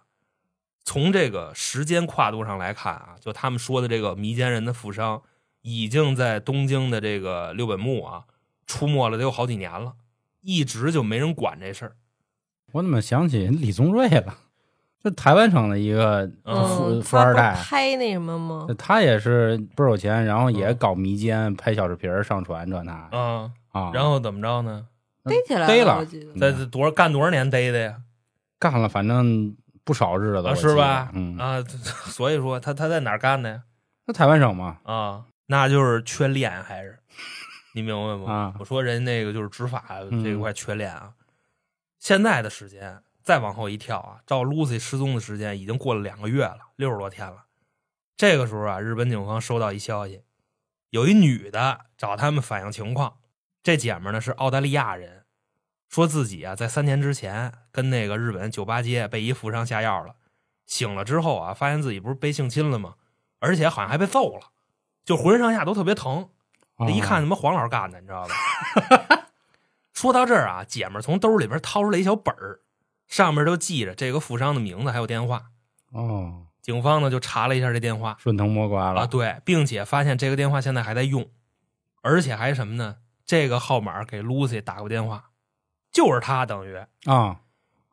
S3: 从这个时间跨度上来看啊，就他们说的这个迷奸人的富商，已经在东京的这个六本木啊出没了得有好几年了，一直就没人管这事儿。
S4: 我怎么想起李宗瑞了？就台湾省的一个
S3: 嗯
S4: 富
S5: 嗯，
S4: 富
S5: 他
S4: 二
S5: 不
S4: 代
S5: 是，拍那什么吗？
S4: 他也是倍儿有钱，然后也
S3: 嗯
S4: 搞迷奸、拍小视频儿上传这那
S3: 啊，
S4: 啊。
S3: 然后怎么着呢？
S4: 嗯
S5: 逮起来
S4: 逮
S5: 我
S4: 了，
S5: 记得
S3: 这
S4: 嗯
S3: 这多少干多少年逮的呀？
S4: 干了，反正不少日子、
S3: 啊
S4: 我记得
S3: 是吧
S4: 嗯，
S3: 啊，这这所以说他他在哪儿干的呀？
S4: 那台湾省嘛，
S3: 啊，那就是缺练还是？你明白吗？
S4: 啊
S3: 我说人那个就是执法
S4: 嗯
S3: 这一块缺练啊。现在的时间再往后一跳啊，照 Lucy 失踪的时间已经过了两个月了，六十多天了。这个时候啊，日本警方收到一消息，有一女的找他们反映情况。这姐们儿呢是澳大利亚人，说自己啊在三年之前跟那个日本酒吧街被一富商下药了，醒了之后啊，发现自己不是被性侵了吗？而且好像还被揍了，就浑身上下都特别疼。
S4: 啊
S3: 这一看，他妈黄老师干的，你知道吧？ <laughs> 说到这儿啊，姐们儿从兜里边掏出来一小本儿，上面都记着这个富商的名字还有电话。
S4: 哦，
S3: 警方呢就查了一下这电话
S4: 顺藤摸瓜了
S3: 啊，对，并且发现这个电话现在还在用，而且还什么呢？这个号码给 Lucy 打过电话，就是他等于。
S4: 啊，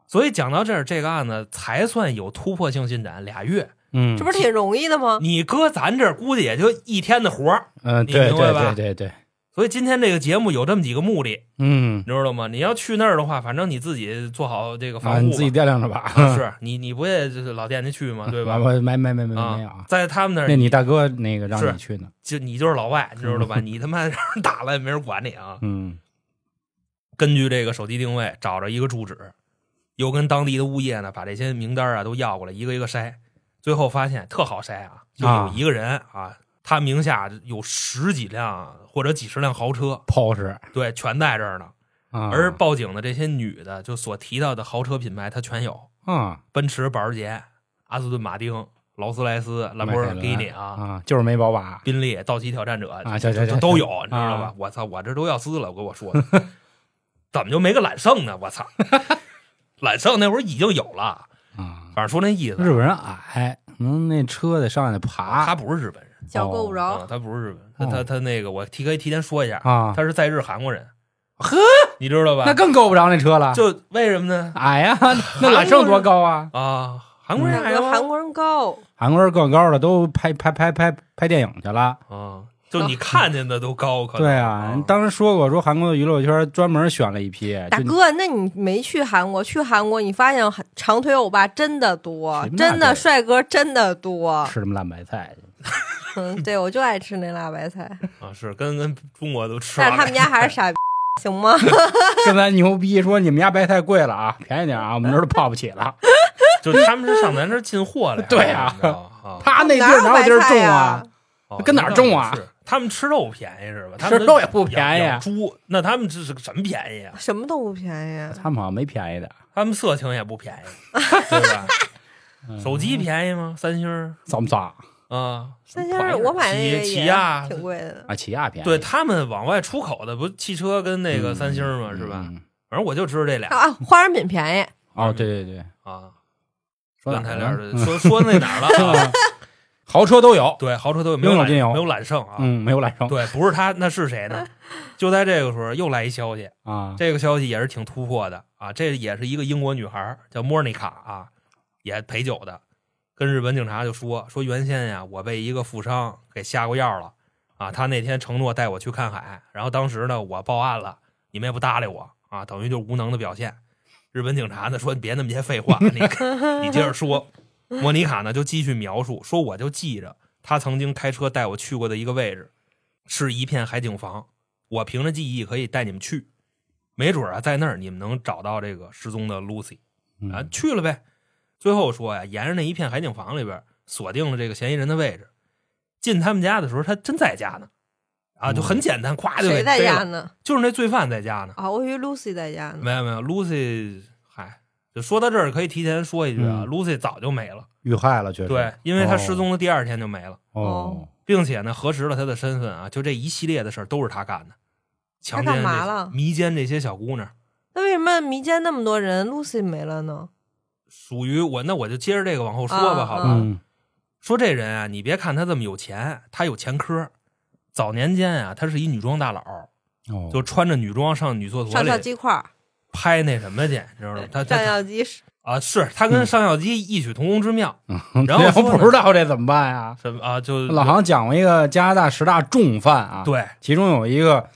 S3: 所以讲到这儿，这个案子才算有突破性进展，俩月。
S4: 嗯，
S5: 这不是挺容易的吗？
S3: 你搁咱这儿估计也就一天的活儿。
S4: 嗯、
S3: 你
S4: 对
S3: 明白
S4: 对
S3: 吧
S4: 对对对，
S3: 所以今天这个节目有这么几个目的，
S4: 嗯
S3: 你，知道吗？你要去那儿的话，反正你自己做好这个防护
S4: 啊，
S3: 吧。
S4: 你自己掂量着吧，
S3: 是你，你不也就是老惦记去吗？ <laughs> 对
S4: <laughs>
S3: 吧？
S4: 我没没没没没有
S3: 啊
S4: 啊，，
S3: 在他们那
S4: 那
S3: 儿，
S4: 你大哥那个让
S3: 是
S4: 你去呢，
S3: 就你就是老外，你知道
S4: <laughs>
S3: 吧？你他妈让人打了也没人管你啊！
S4: 嗯
S3: 根据这个手机定位找着一个住址，又跟当地的物业呢把这些名单啊都要过来，一个一个筛，最后发现特好筛啊，就有
S4: 啊
S3: 一个人啊，他名下有十几辆或者几十辆豪车，
S4: ，Porsche
S3: 对，全在这儿呢。
S4: 啊，
S3: 而报警的这些女的，就所提到的豪车品牌，她全有，
S4: 啊，
S3: 奔驰、保时捷、阿斯顿马丁、劳斯莱斯、兰博基尼啊、
S4: 啊，就是没宝马
S3: 宾利、道奇挑战者
S4: 啊，这
S3: 这
S4: 这
S3: 这
S4: 这
S3: 都有，你知道吧
S4: 啊？
S3: 我操，我这都要撕了，我跟我说的，怎么就没个揽胜呢？我操，揽胜那会儿已经有了，
S4: 啊，
S3: 反正说那意思，啊
S4: 日本人矮，嗯，那车得上去爬
S3: 他不是日本人
S5: 脚够不
S3: 啊，
S5: 着，
S3: 他不是日本，他他
S4: 哦
S3: 他那个我提可以提前说一下，
S4: 啊，
S3: 他是在日韩国人，
S4: 呵，
S3: 你知道吧
S4: 那？更够不着那车了，
S3: 就为什么呢？
S4: 矮呀，
S3: <laughs>
S4: 那揽胜多高啊？
S3: 啊，韩国人还
S5: 那
S3: 有
S5: 个韩国人高，
S4: 韩国人更高的都拍拍拍拍拍电影去了。
S3: 啊，就你看见的都高，可能
S4: 对啊，人当时说过，说韩国的娱乐圈专门选了一批。
S5: 大
S4: 哎就你
S5: 哥，那你没去韩国？去韩国你发现韩长腿欧巴真的多
S4: 谁，骂
S5: 真的
S4: 这
S5: 帅哥真的多。 <laughs>
S4: 吃他妈烂白菜去，
S5: 嗯，对我就爱吃那辣白菜，
S3: 啊，是跟跟中国都吃
S5: 但
S3: 完
S5: 是他
S3: 了。
S5: 们家还是傻逼，行吗？
S4: 跟咱牛逼说你们家白菜贵了啊， <laughs> 便宜点啊，我们这儿都泡不起
S5: <laughs>
S4: 了。
S3: 就他们是上咱这儿进货来，
S4: <laughs> 对啊
S3: 你知道吗啊，
S4: <laughs> 他那
S5: <laughs>
S4: 地
S5: 哪
S4: 儿哪有地儿
S5: 白菜
S4: 种
S5: 呀
S4: 啊？？
S3: 哦
S4: 跟哪儿种啊？
S3: 那倒也是他们吃肉便宜是吧？他
S4: 吃
S3: 们
S4: 肉也不便宜啊
S3: 养养猪那他们这是个什么便宜啊？
S5: 什么都不便宜，啊
S4: 他们好像没便宜的，
S3: 他们色情也不便
S4: <laughs>
S3: 宜，对吧？
S4: 嗯
S3: 手机便宜吗？三星儿
S4: 脏不脏？
S3: 啊，
S5: 三星儿我买那个也
S3: 起起亚
S5: 挺贵的。
S4: 啊，起亚便宜，
S3: 对他们往外出口的不汽车跟那个三星儿吗？
S4: 嗯
S3: 是吧？？
S4: 嗯
S3: 反正我就知道这俩
S5: 啊，化妆品便宜，
S4: 哦，对对对，
S3: 啊。
S4: 说
S3: 刚
S4: 哪
S3: 才
S4: 儿
S3: 俩
S4: 了？
S3: 人
S4: 嗯
S3: <laughs>
S4: <laughs>
S3: 说说那哪儿了啊？
S4: 豪车
S3: <laughs>
S4: 都有，
S3: 对，豪车都有没有
S4: 应有
S3: 揽
S4: 尽有
S3: 没有揽胜啊？
S4: 嗯，没有揽胜
S3: 对，不是他，那是谁呢？就在这个时候，又来一消息，
S4: 啊。
S3: 这个消息也是挺突破的啊！这也是一个英国女孩儿叫莫妮卡啊，也陪酒的，跟日本警察就说说原先呀，我被一个富商给下过药了啊，他那天承诺带我去看海，然后当时呢我报案了，你们也不搭理我啊，等于就是无能的表现。日本警察呢说你别那么些废话，你你接着说。莫妮卡呢就继续描述说我就记着他曾经开车带我去过的一个位置，是一片海景房，我凭着记忆可以带你们去。没准儿啊，在那儿你们能找到这个失踪的 Lucy
S4: 嗯
S3: 啊，去了呗。最后说呀，沿着那一片海景房里边锁定了这个嫌疑人的位置。进他们家的时候，他真在家呢，啊，就很简单，咵就给
S5: 嗯谁在
S3: 逮
S5: 家
S3: 了？
S5: 呢？
S3: 就是那罪犯在家呢。
S5: 啊，我以为 Lucy 在家呢。
S3: 没有没有，Lucy，嗨，就说到这儿可以提前说一句啊、
S4: 嗯
S3: l u c y 早就没了，
S4: 遇害了，确实
S3: 对，因为他
S5: 哦
S3: 失踪的第二天就没了，
S4: 哦，
S3: 并且呢核实了他的身份啊，就这一系列的事儿都是他干的，强奸
S5: 干嘛
S3: 这些
S5: 了
S3: 迷奸这些小姑娘。
S5: 那为什么迷奸那么多人，Lucy 没了呢？
S3: 属于我，那我就接着这个往后说吧，
S5: 啊
S3: 好吧？
S4: 嗯
S3: 说这人啊，你别看他这么有钱，他有前科。早年间啊，他是一女装大佬，
S4: 哦，
S3: 啊就穿着女装上女厕所
S5: 上校
S3: 里
S5: 鸡块儿，
S3: 拍那什么去，你知道吗？他
S5: 上
S3: 他
S5: 校鸡是
S3: 啊，是他跟上校鸡异曲同工之妙，然后
S4: <laughs> 我
S3: 说呢
S4: 不知道这怎么办呀？
S3: 什么啊？就
S4: 老航 <laughs> 讲过一个加拿大十大重犯啊，，
S3: 对
S4: 其中有一个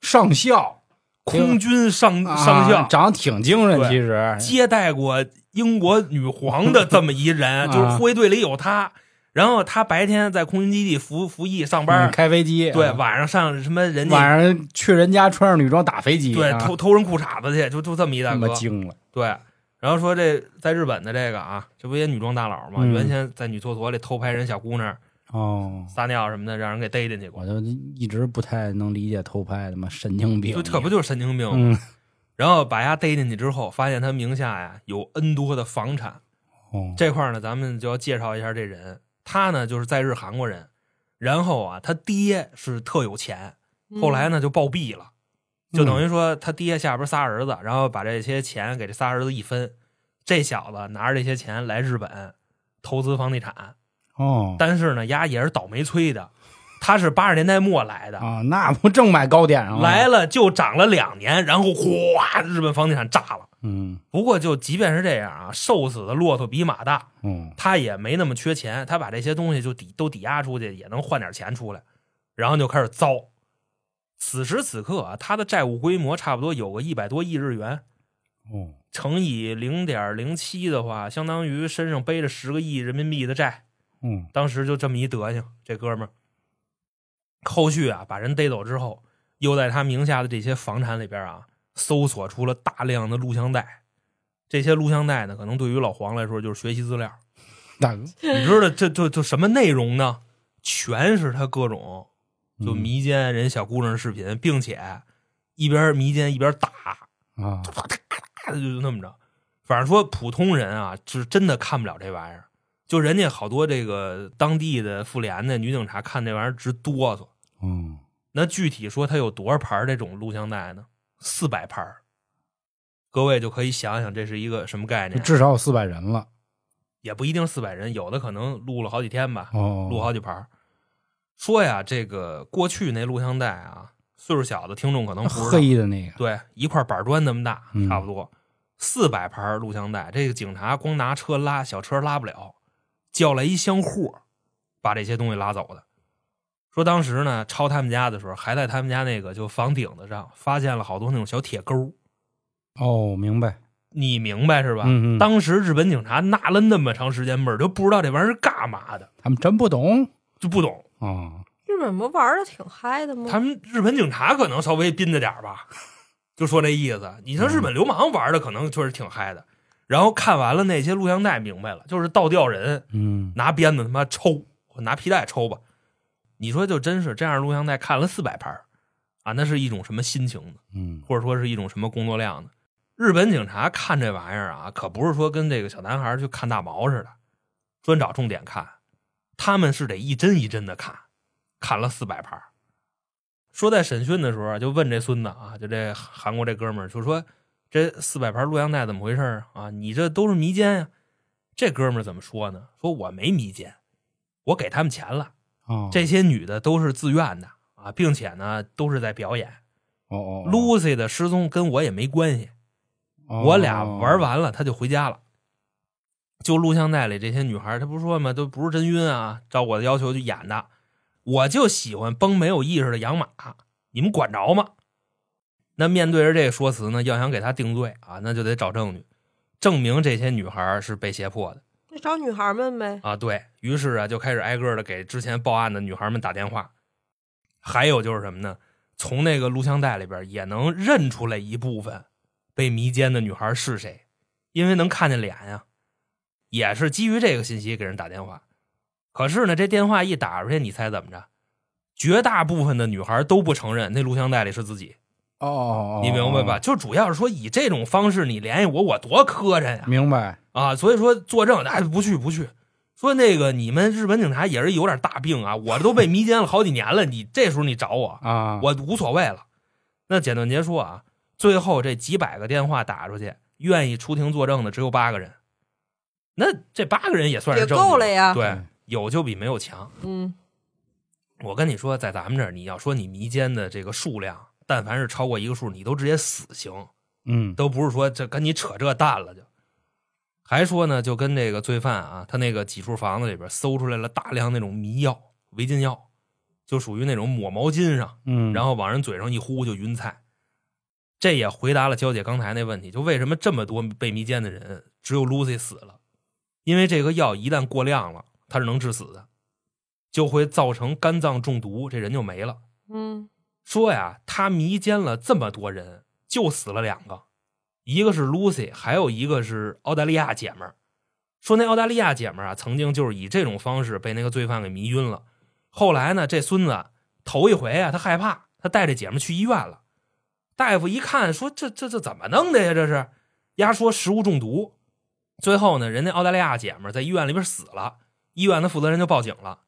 S4: 上校
S3: 空军上
S4: 啊
S3: 嗯上校，
S4: 长得挺精神，
S3: 对
S4: 其实
S3: 接待过英国女皇的这么一人，
S4: <laughs> 啊
S3: 就是护卫队里有他。然后他白天在空军基地服服役上班
S4: 嗯，开飞机，
S3: 对，
S4: 啊
S3: 晚上上什么人家
S4: 晚上去人家穿上女装打飞机，
S3: 对
S4: 啊
S3: 偷偷人裤衩子去，就就这么一大
S4: 他妈
S3: 哥。
S4: 精了，
S3: 对，然后说这在日本的这个啊，这不也女装大佬吗？
S4: 嗯
S3: 原先在女厕所里偷拍人小姑娘
S4: 哦。
S3: 撒尿什么的，让人给逮进去过
S4: 我，就一直不太能理解偷拍他妈神经病，
S3: 就这不就是神经病吗？
S4: 嗯
S3: 然后把丫逮进去之后，发现他名下呀有 N 多的房产。
S4: 哦
S3: 这块儿呢，咱们就要介绍一下这人，他呢就是在日韩国人，然后啊，他爹是特有钱，
S5: 嗯
S3: 后来呢就暴毙了，就等于说他爹下边仨儿子，然后把这些钱给这仨儿子一分，这小子拿着这些钱来日本投资房地产，
S4: 哦
S3: 但是呢，丫也是倒霉催的，他是八十年代末来的。
S4: 啊，那不正买高点啊？
S3: 来，了就涨了两年，然后哗，日本房地产炸了。
S4: 嗯
S3: 不过就即便是这样啊，瘦死的骆驼比马大，
S4: 嗯，
S3: 他也没那么缺钱，他把这些东西就抵都抵押出去，也能换点钱出来，然后就开始糟。此时此刻啊，他的债务规模差不多有个一百多亿日元，
S4: 哦，
S3: 乘以零点零七的话，相当于身上背着十个亿人民币的债。
S4: 嗯
S3: 当时就这么一德行，这哥们儿。后续啊，把人逮走之后，又在他名下的这些房产里边啊，搜索出了大量的录像带。这些录像带呢，可能对于老黄来说就是学习资料。
S4: 大哥，
S3: <laughs> 你知道这这这什么内容呢？全是他各种就
S4: 嗯
S3: 迷奸人小姑娘的视频，并且一边迷奸一边打，
S4: 啊，
S3: 啪就那么着。反正说普通人啊，是真的看不了这玩意儿。就人家好多这个当地的妇联的女警察看这玩意儿直哆嗦。
S4: 嗯，
S3: 那具体说他有多少盘儿这种录像带呢？四百盘儿。各位就可以想想这是一个什么概
S4: 就
S3: 念，
S4: 至少有四百人了，
S3: 也不一定四百人，有的可能录了好几天吧。
S4: 哦，
S3: 录好几盘儿。说呀，这个过去那录像带啊，岁数小的听众可能不知道，
S4: 黑的那个，
S3: 对，一块板砖那么大
S4: 嗯，
S3: 差不多四百盘儿录像带。这个警察光拿车拉，小车拉不了，叫来一箱货，把这些东西拉走的。说当时呢，抄他们家的时候，还在他们家那个就房顶子上发现了好多那种小铁钩，
S4: 哦，明白，
S3: 你明白是吧？
S4: 嗯嗯
S3: 当时日本警察纳了那么长时间闷儿，就不知道这玩意儿干嘛的，
S4: 他们真不懂
S3: 就不懂。
S4: 啊，
S5: 日本不玩的挺嗨的吗？
S3: 他们日本警察可能稍微宾着点儿吧，就说那意思。你说日本流氓玩的可能确实挺嗨的。然后看完了那些录像带，明白了，就是倒吊人，
S4: 嗯，
S3: 拿鞭子他妈抽，拿皮带抽吧。你说就真是这样，录像带看了四百盘儿啊，那是一种什么心情呢？
S4: 嗯，
S3: 或者说是一种什么工作量呢？日本警察看这玩意儿啊，可不是说跟这个小男孩儿去看大毛似的，专找重点看，他们是得一帧一帧的看，看了四百盘儿。说在审讯的时候啊，就问这孙子啊，就这韩国这哥们儿，就说这四百盘录像带怎么回事儿啊？你这都是迷奸呀、这哥们儿怎么说呢？说我没迷奸，我给他们钱了，
S4: 哦，
S3: 这些女的都是自愿的啊，并且呢都是在表演。
S4: 哦哦，哦
S3: Lucy 的失踪跟我也没关系，
S4: 哦
S3: 我俩玩完了，她就回家了。就录像带里这些女孩，她不是说嘛，都不是真晕啊，照我的要求去演的。我就喜欢崩没有意识的养马，你们管着吗？那面对着这个说辞呢，要想给她定罪啊，那就得找证据，证明这些女孩是被胁迫的
S5: 就找女孩们呗。
S3: 啊。对于是啊，就开始挨个的给之前报案的女孩们打电话。还有就是什么呢？从那个录像带里边也能认出来一部分被迷奸的女孩是谁，因为能看见脸呀、也是基于这个信息给人打电话。可是呢，这电话一打出去，你猜怎么着？绝大部分的女孩都不承认那录像带里是自己，
S4: 哦哦，哦
S3: 你明白吧？？就主要是说以这种方式你联系我，我多磕碜呀！
S4: 明白，
S3: 啊，所以说作证，哎，不去不去。说那个你们日本警察也是有点大病啊，我都被迷奸了好几年了，你这时候你找我，
S4: 啊，
S3: 我无所谓了。那简短截说啊，最后这几百个电话打出去，愿意出庭作证的只有八个人，那这八个人也算是
S5: 也
S3: 证据
S5: 够了呀
S3: 对
S4: 嗯，
S3: 有就比没有强。
S5: 嗯，
S3: 我跟你说，在咱们这儿，你要说你迷奸的这个数量，但凡是超过一个数，你都直接死刑。
S4: 嗯，
S3: 都不是说这跟你扯这蛋了就。还说呢，就跟这个罪犯啊，他那个几处房子里边搜出来了大量那种迷药、违禁药，就属于那种抹毛巾上，
S4: 嗯，
S3: 然
S4: 后
S3: 后往人嘴上一呼就晕菜。这也回答了娇姐刚才那问题，就为什么这么多被迷奸的人，只有 Lucy 死了？因为这个药一旦过量了，它是能致死的，就会造成肝脏中毒，这人就没了。
S5: 嗯
S3: 说呀，他迷奸了这么多人，就死了两个，一个是 Lucy，还有一个是澳大利亚姐们儿。说那澳大利亚姐们儿啊，曾经就是以这种方式被那个罪犯给迷晕了。后来呢，这孙子头一回啊，他害怕，他带着姐们儿去医院了。大夫一看，说这这这怎么弄的呀？这是，丫说食物中毒。最后呢，人家澳大利亚姐们儿在医院里边死了，医院的负责人就报警了。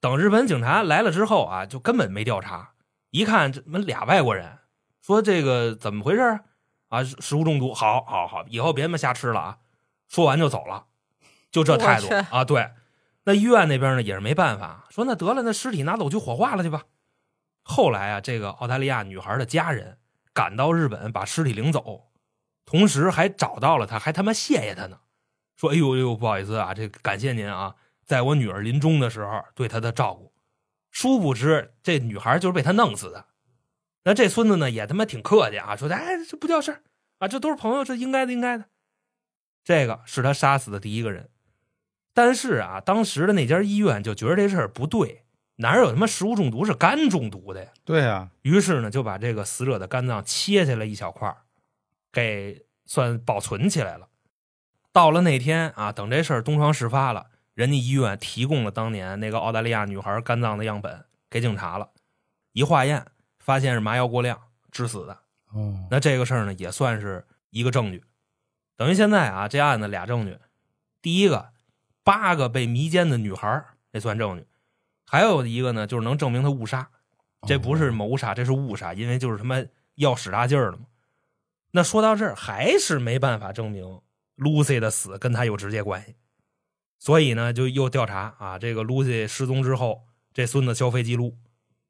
S3: 等日本警察来了之后啊，就根本没调查，一看这们俩外国人，说这个怎么回事儿啊？食食物中毒，好，好，好，以后别他妈瞎吃了啊！说完就走了，就这态度
S5: 我去
S3: 啊。对，那医院那边呢也是没办法，说那得了，那尸体拿走去火化了去吧。后来啊，这个澳大利亚女孩的家人赶到日本，把尸体领走，同时还找到了她，还他妈谢谢她呢，说：“哎呦哎呦，不好意思啊，这感谢您啊，在我女儿临终的时候对她的照顾。”殊不知这女孩就是被他弄死的。那这孙子呢也他妈挺客气啊，说：“哎，这不叫事儿啊，这都是朋友，这应该的应该的。”这个是他杀死的第一个人，但是啊，当时的那家医院就觉得这事儿不对，哪有他妈食物中毒是肝中毒的呀？
S6: 对啊，
S3: 于是呢，就把这个死者的肝脏切下来一小块儿，给算保存起来了。到了那天啊，等这事儿东窗事发了，人家医院提供了当年那个澳大利亚女孩肝脏的样本给警察了，一化验发现是麻药过量致死的。
S4: 哦，
S3: 那这个事儿呢，也算是一个证据。等于现在啊，这案子俩证据，第一个，八个被迷奸的女孩儿，这算证据；还有一个呢，就是能证明他误杀，这不是谋杀，这是误杀，因为就是他妈要使大劲儿了嘛。那说到这儿，还是没办法证明 Lucy 的死跟他有直接关系，所以呢，就又调查啊，这个 Lucy 失踪之后，这孙子消费记录，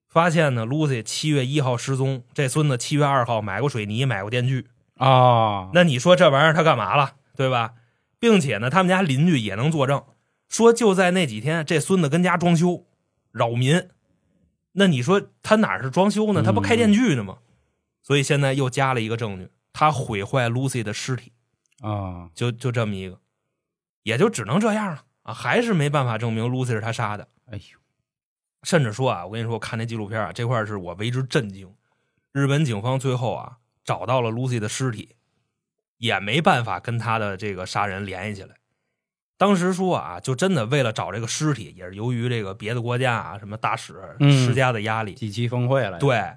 S3: 发现呢，Lucy 七月一号失踪，这孙子七月二号买过水泥，买过电锯。
S4: 啊，
S3: 那你说这玩意儿他干嘛了，对吧？并且呢，他们家邻居也能作证，说就在那几天，这孙子跟家装修，扰民。那你说他哪儿是装修呢？他不开电锯呢吗？所以现在又加了一个证据，他毁坏 Lucy 的尸体。
S4: 啊，
S3: 就就这么一个，也就只能这样了啊，还是没办法证明 Lucy 是他杀的。
S4: 哎呦，
S3: 甚至说啊，我跟你说，我看那纪录片啊，这块儿是我为之震惊。日本警方最后啊找到了 Lucy 的尸体，也没办法跟他的这个杀人联系起来。当时说啊，就真的为了找这个尸体，也是由于这个别的国家啊什么大使
S4: 嗯
S3: 施加的压力，
S4: 几期峰会了，，
S3: 对，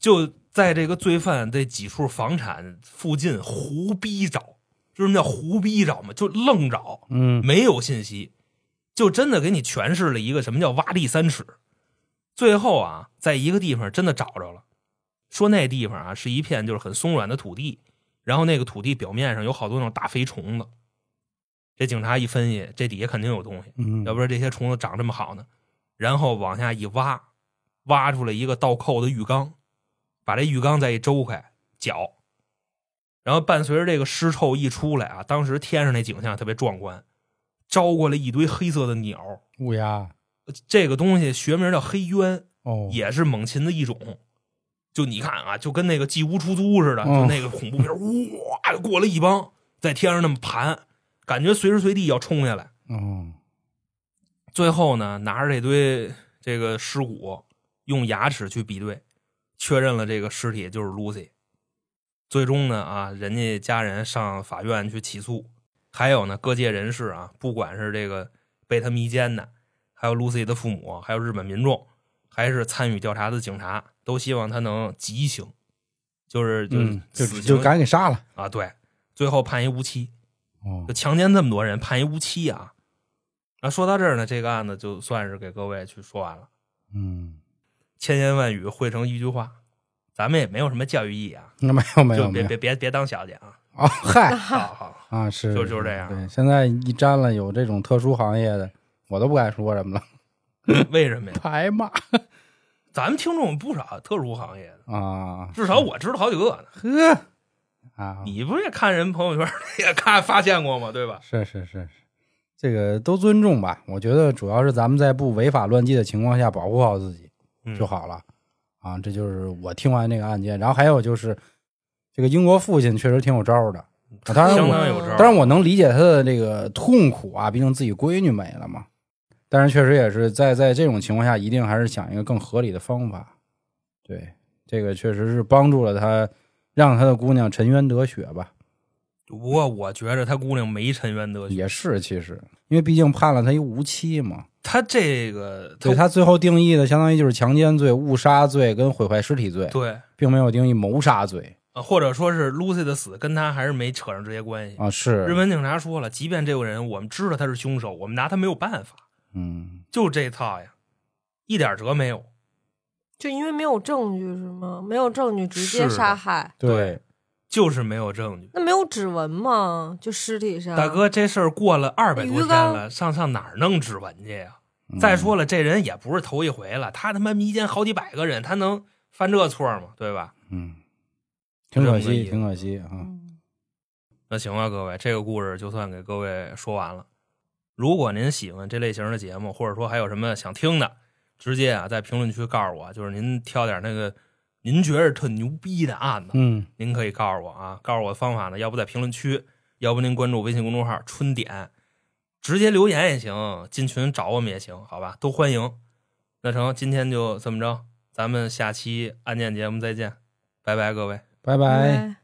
S3: 就在这个罪犯这几处房产附近胡逼找，就什么叫胡逼找嘛？就愣找，
S4: 嗯，
S3: 没有信息，就真的给你诠释了一个什么叫挖地三尺。最后啊，在一个地方真的找着了，说那地方啊是一片就是很松软的土地，然后那个土地表面上有好多那种大飞虫子。这警察一分析，这底下肯定有东西，
S4: 嗯，
S3: 要不然这些虫子长这么好呢？然后往下一挖，挖出来一个倒扣的浴缸，把这浴缸再一周开搅，然后伴随着这个尸臭一出来啊，当时天上那景象特别壮观，招过来一堆黑色的鸟，
S4: 乌鸦，
S3: 这个东西学名叫黑鸢，
S4: 哦，
S3: 也是猛禽的一种。就你看啊，就跟那个《寄屋出租》似的，
S4: 嗯
S3: 就那个恐怖片，哇，过来一帮在天上那么盘，感觉随时随地要冲下来。
S4: 嗯，
S3: 最后呢，拿着这堆这个尸骨，用牙齿去比对，确认了这个尸体就是 Lucy。最终呢，啊，人家家人上法院去起诉，还有呢，各界人士啊，不管是这个被他迷奸的，还有 Lucy 的父母，还有日本民众，还是参与调查的警察，都希望他能极刑，就是就是
S4: 嗯
S6: 就
S3: 死刑
S6: 就赶紧杀了，
S3: 啊，对，最后判一无期。
S4: 哦
S3: 就，强奸这么多人，判一无期啊！那说到这儿呢，这个案子就算是给各位去说完了，
S4: 嗯，
S3: 千言万语汇成一句话，咱们也没有什么教育意义啊，
S4: 那没有没有
S3: 就
S4: 没
S3: 别
S4: 有
S3: 别别别当小姐啊！
S4: 啊，嗨
S3: 好好， <laughs>
S4: 啊，是
S3: 就就是这样
S4: 对，现在一沾了有这种特殊行业的，我都不敢说什么了，
S3: 为什么呀？
S4: 拍骂
S3: 咱们听众有不少特殊行业的，
S4: 啊，
S3: 至少我知道好几个呢。
S4: 呵啊，
S3: 你不是也看人朋友圈儿 <laughs> 也看发现过吗？对吧？
S4: 是是是是，这个都尊重吧。我觉得主要是咱们在不违法乱纪的情况下保护好自己
S3: 嗯
S4: 就好了、啊。这就是我听完这个案件，然后还有就是这个英国父亲确实挺有招儿的。啊当然
S3: 相
S4: 我
S3: 当有招儿。
S4: 当然我能理解他的这个痛苦啊，毕竟自己闺女没了嘛。但是确实也是在在这种情况下，一定还是想一个更合理的方法。对，这个确实是帮助了他，让他的姑娘沉冤得雪吧。
S3: 不过我觉着他姑娘没沉冤得雪，
S4: 也是，其实因为毕竟判了他一无期嘛，
S3: 他这个
S4: 对他最后定义的相当于就是强奸罪、误杀罪跟毁坏尸体罪，
S3: 对
S4: 并没有定义谋杀罪
S3: 啊或者说是 Lucy 的死跟他还是没扯上直接关系。
S4: 啊。是
S3: 日本警察说了，即便这个人我们知道他是凶手，我们拿他没有办法，
S4: 嗯，
S3: 就这套呀，一点辙没有。
S5: 就因为没有证据是吗？没有证据直接
S3: 是的
S5: 杀害，
S4: 对，
S3: 就是没有证据。
S5: 那没有指纹吗？就尸体上，
S3: 大，哥，这事儿过了二百多
S5: 鱼
S3: 天
S5: 缸
S3: 了，上上哪儿弄指纹去呀？
S4: 嗯
S3: 再说了，这人也不是头一回了，他他妈迷奸好几百个人，他能犯这错吗？对吧？
S4: 嗯，挺
S3: 这么
S4: 可
S3: 个意
S4: 惜，
S3: 思
S4: 挺可惜啊。
S3: 那行啊，各位，这个故事就算给各位说完了。如果您喜欢这类型的节目，或者说还有什么想听的，直接啊在评论区告诉我，就是您挑点那个您觉着特牛逼的案子，
S4: 嗯，
S3: 您可以告诉我啊。告诉我的方法呢，要不在评论区，要不您关注微信公众号“春点”，直接留言也行，进群找我们也行，好吧，都欢迎。那成，今天就这么着，咱们下期案件节目再见，拜拜，各位。
S5: 拜
S4: 拜拜。
S5: 拜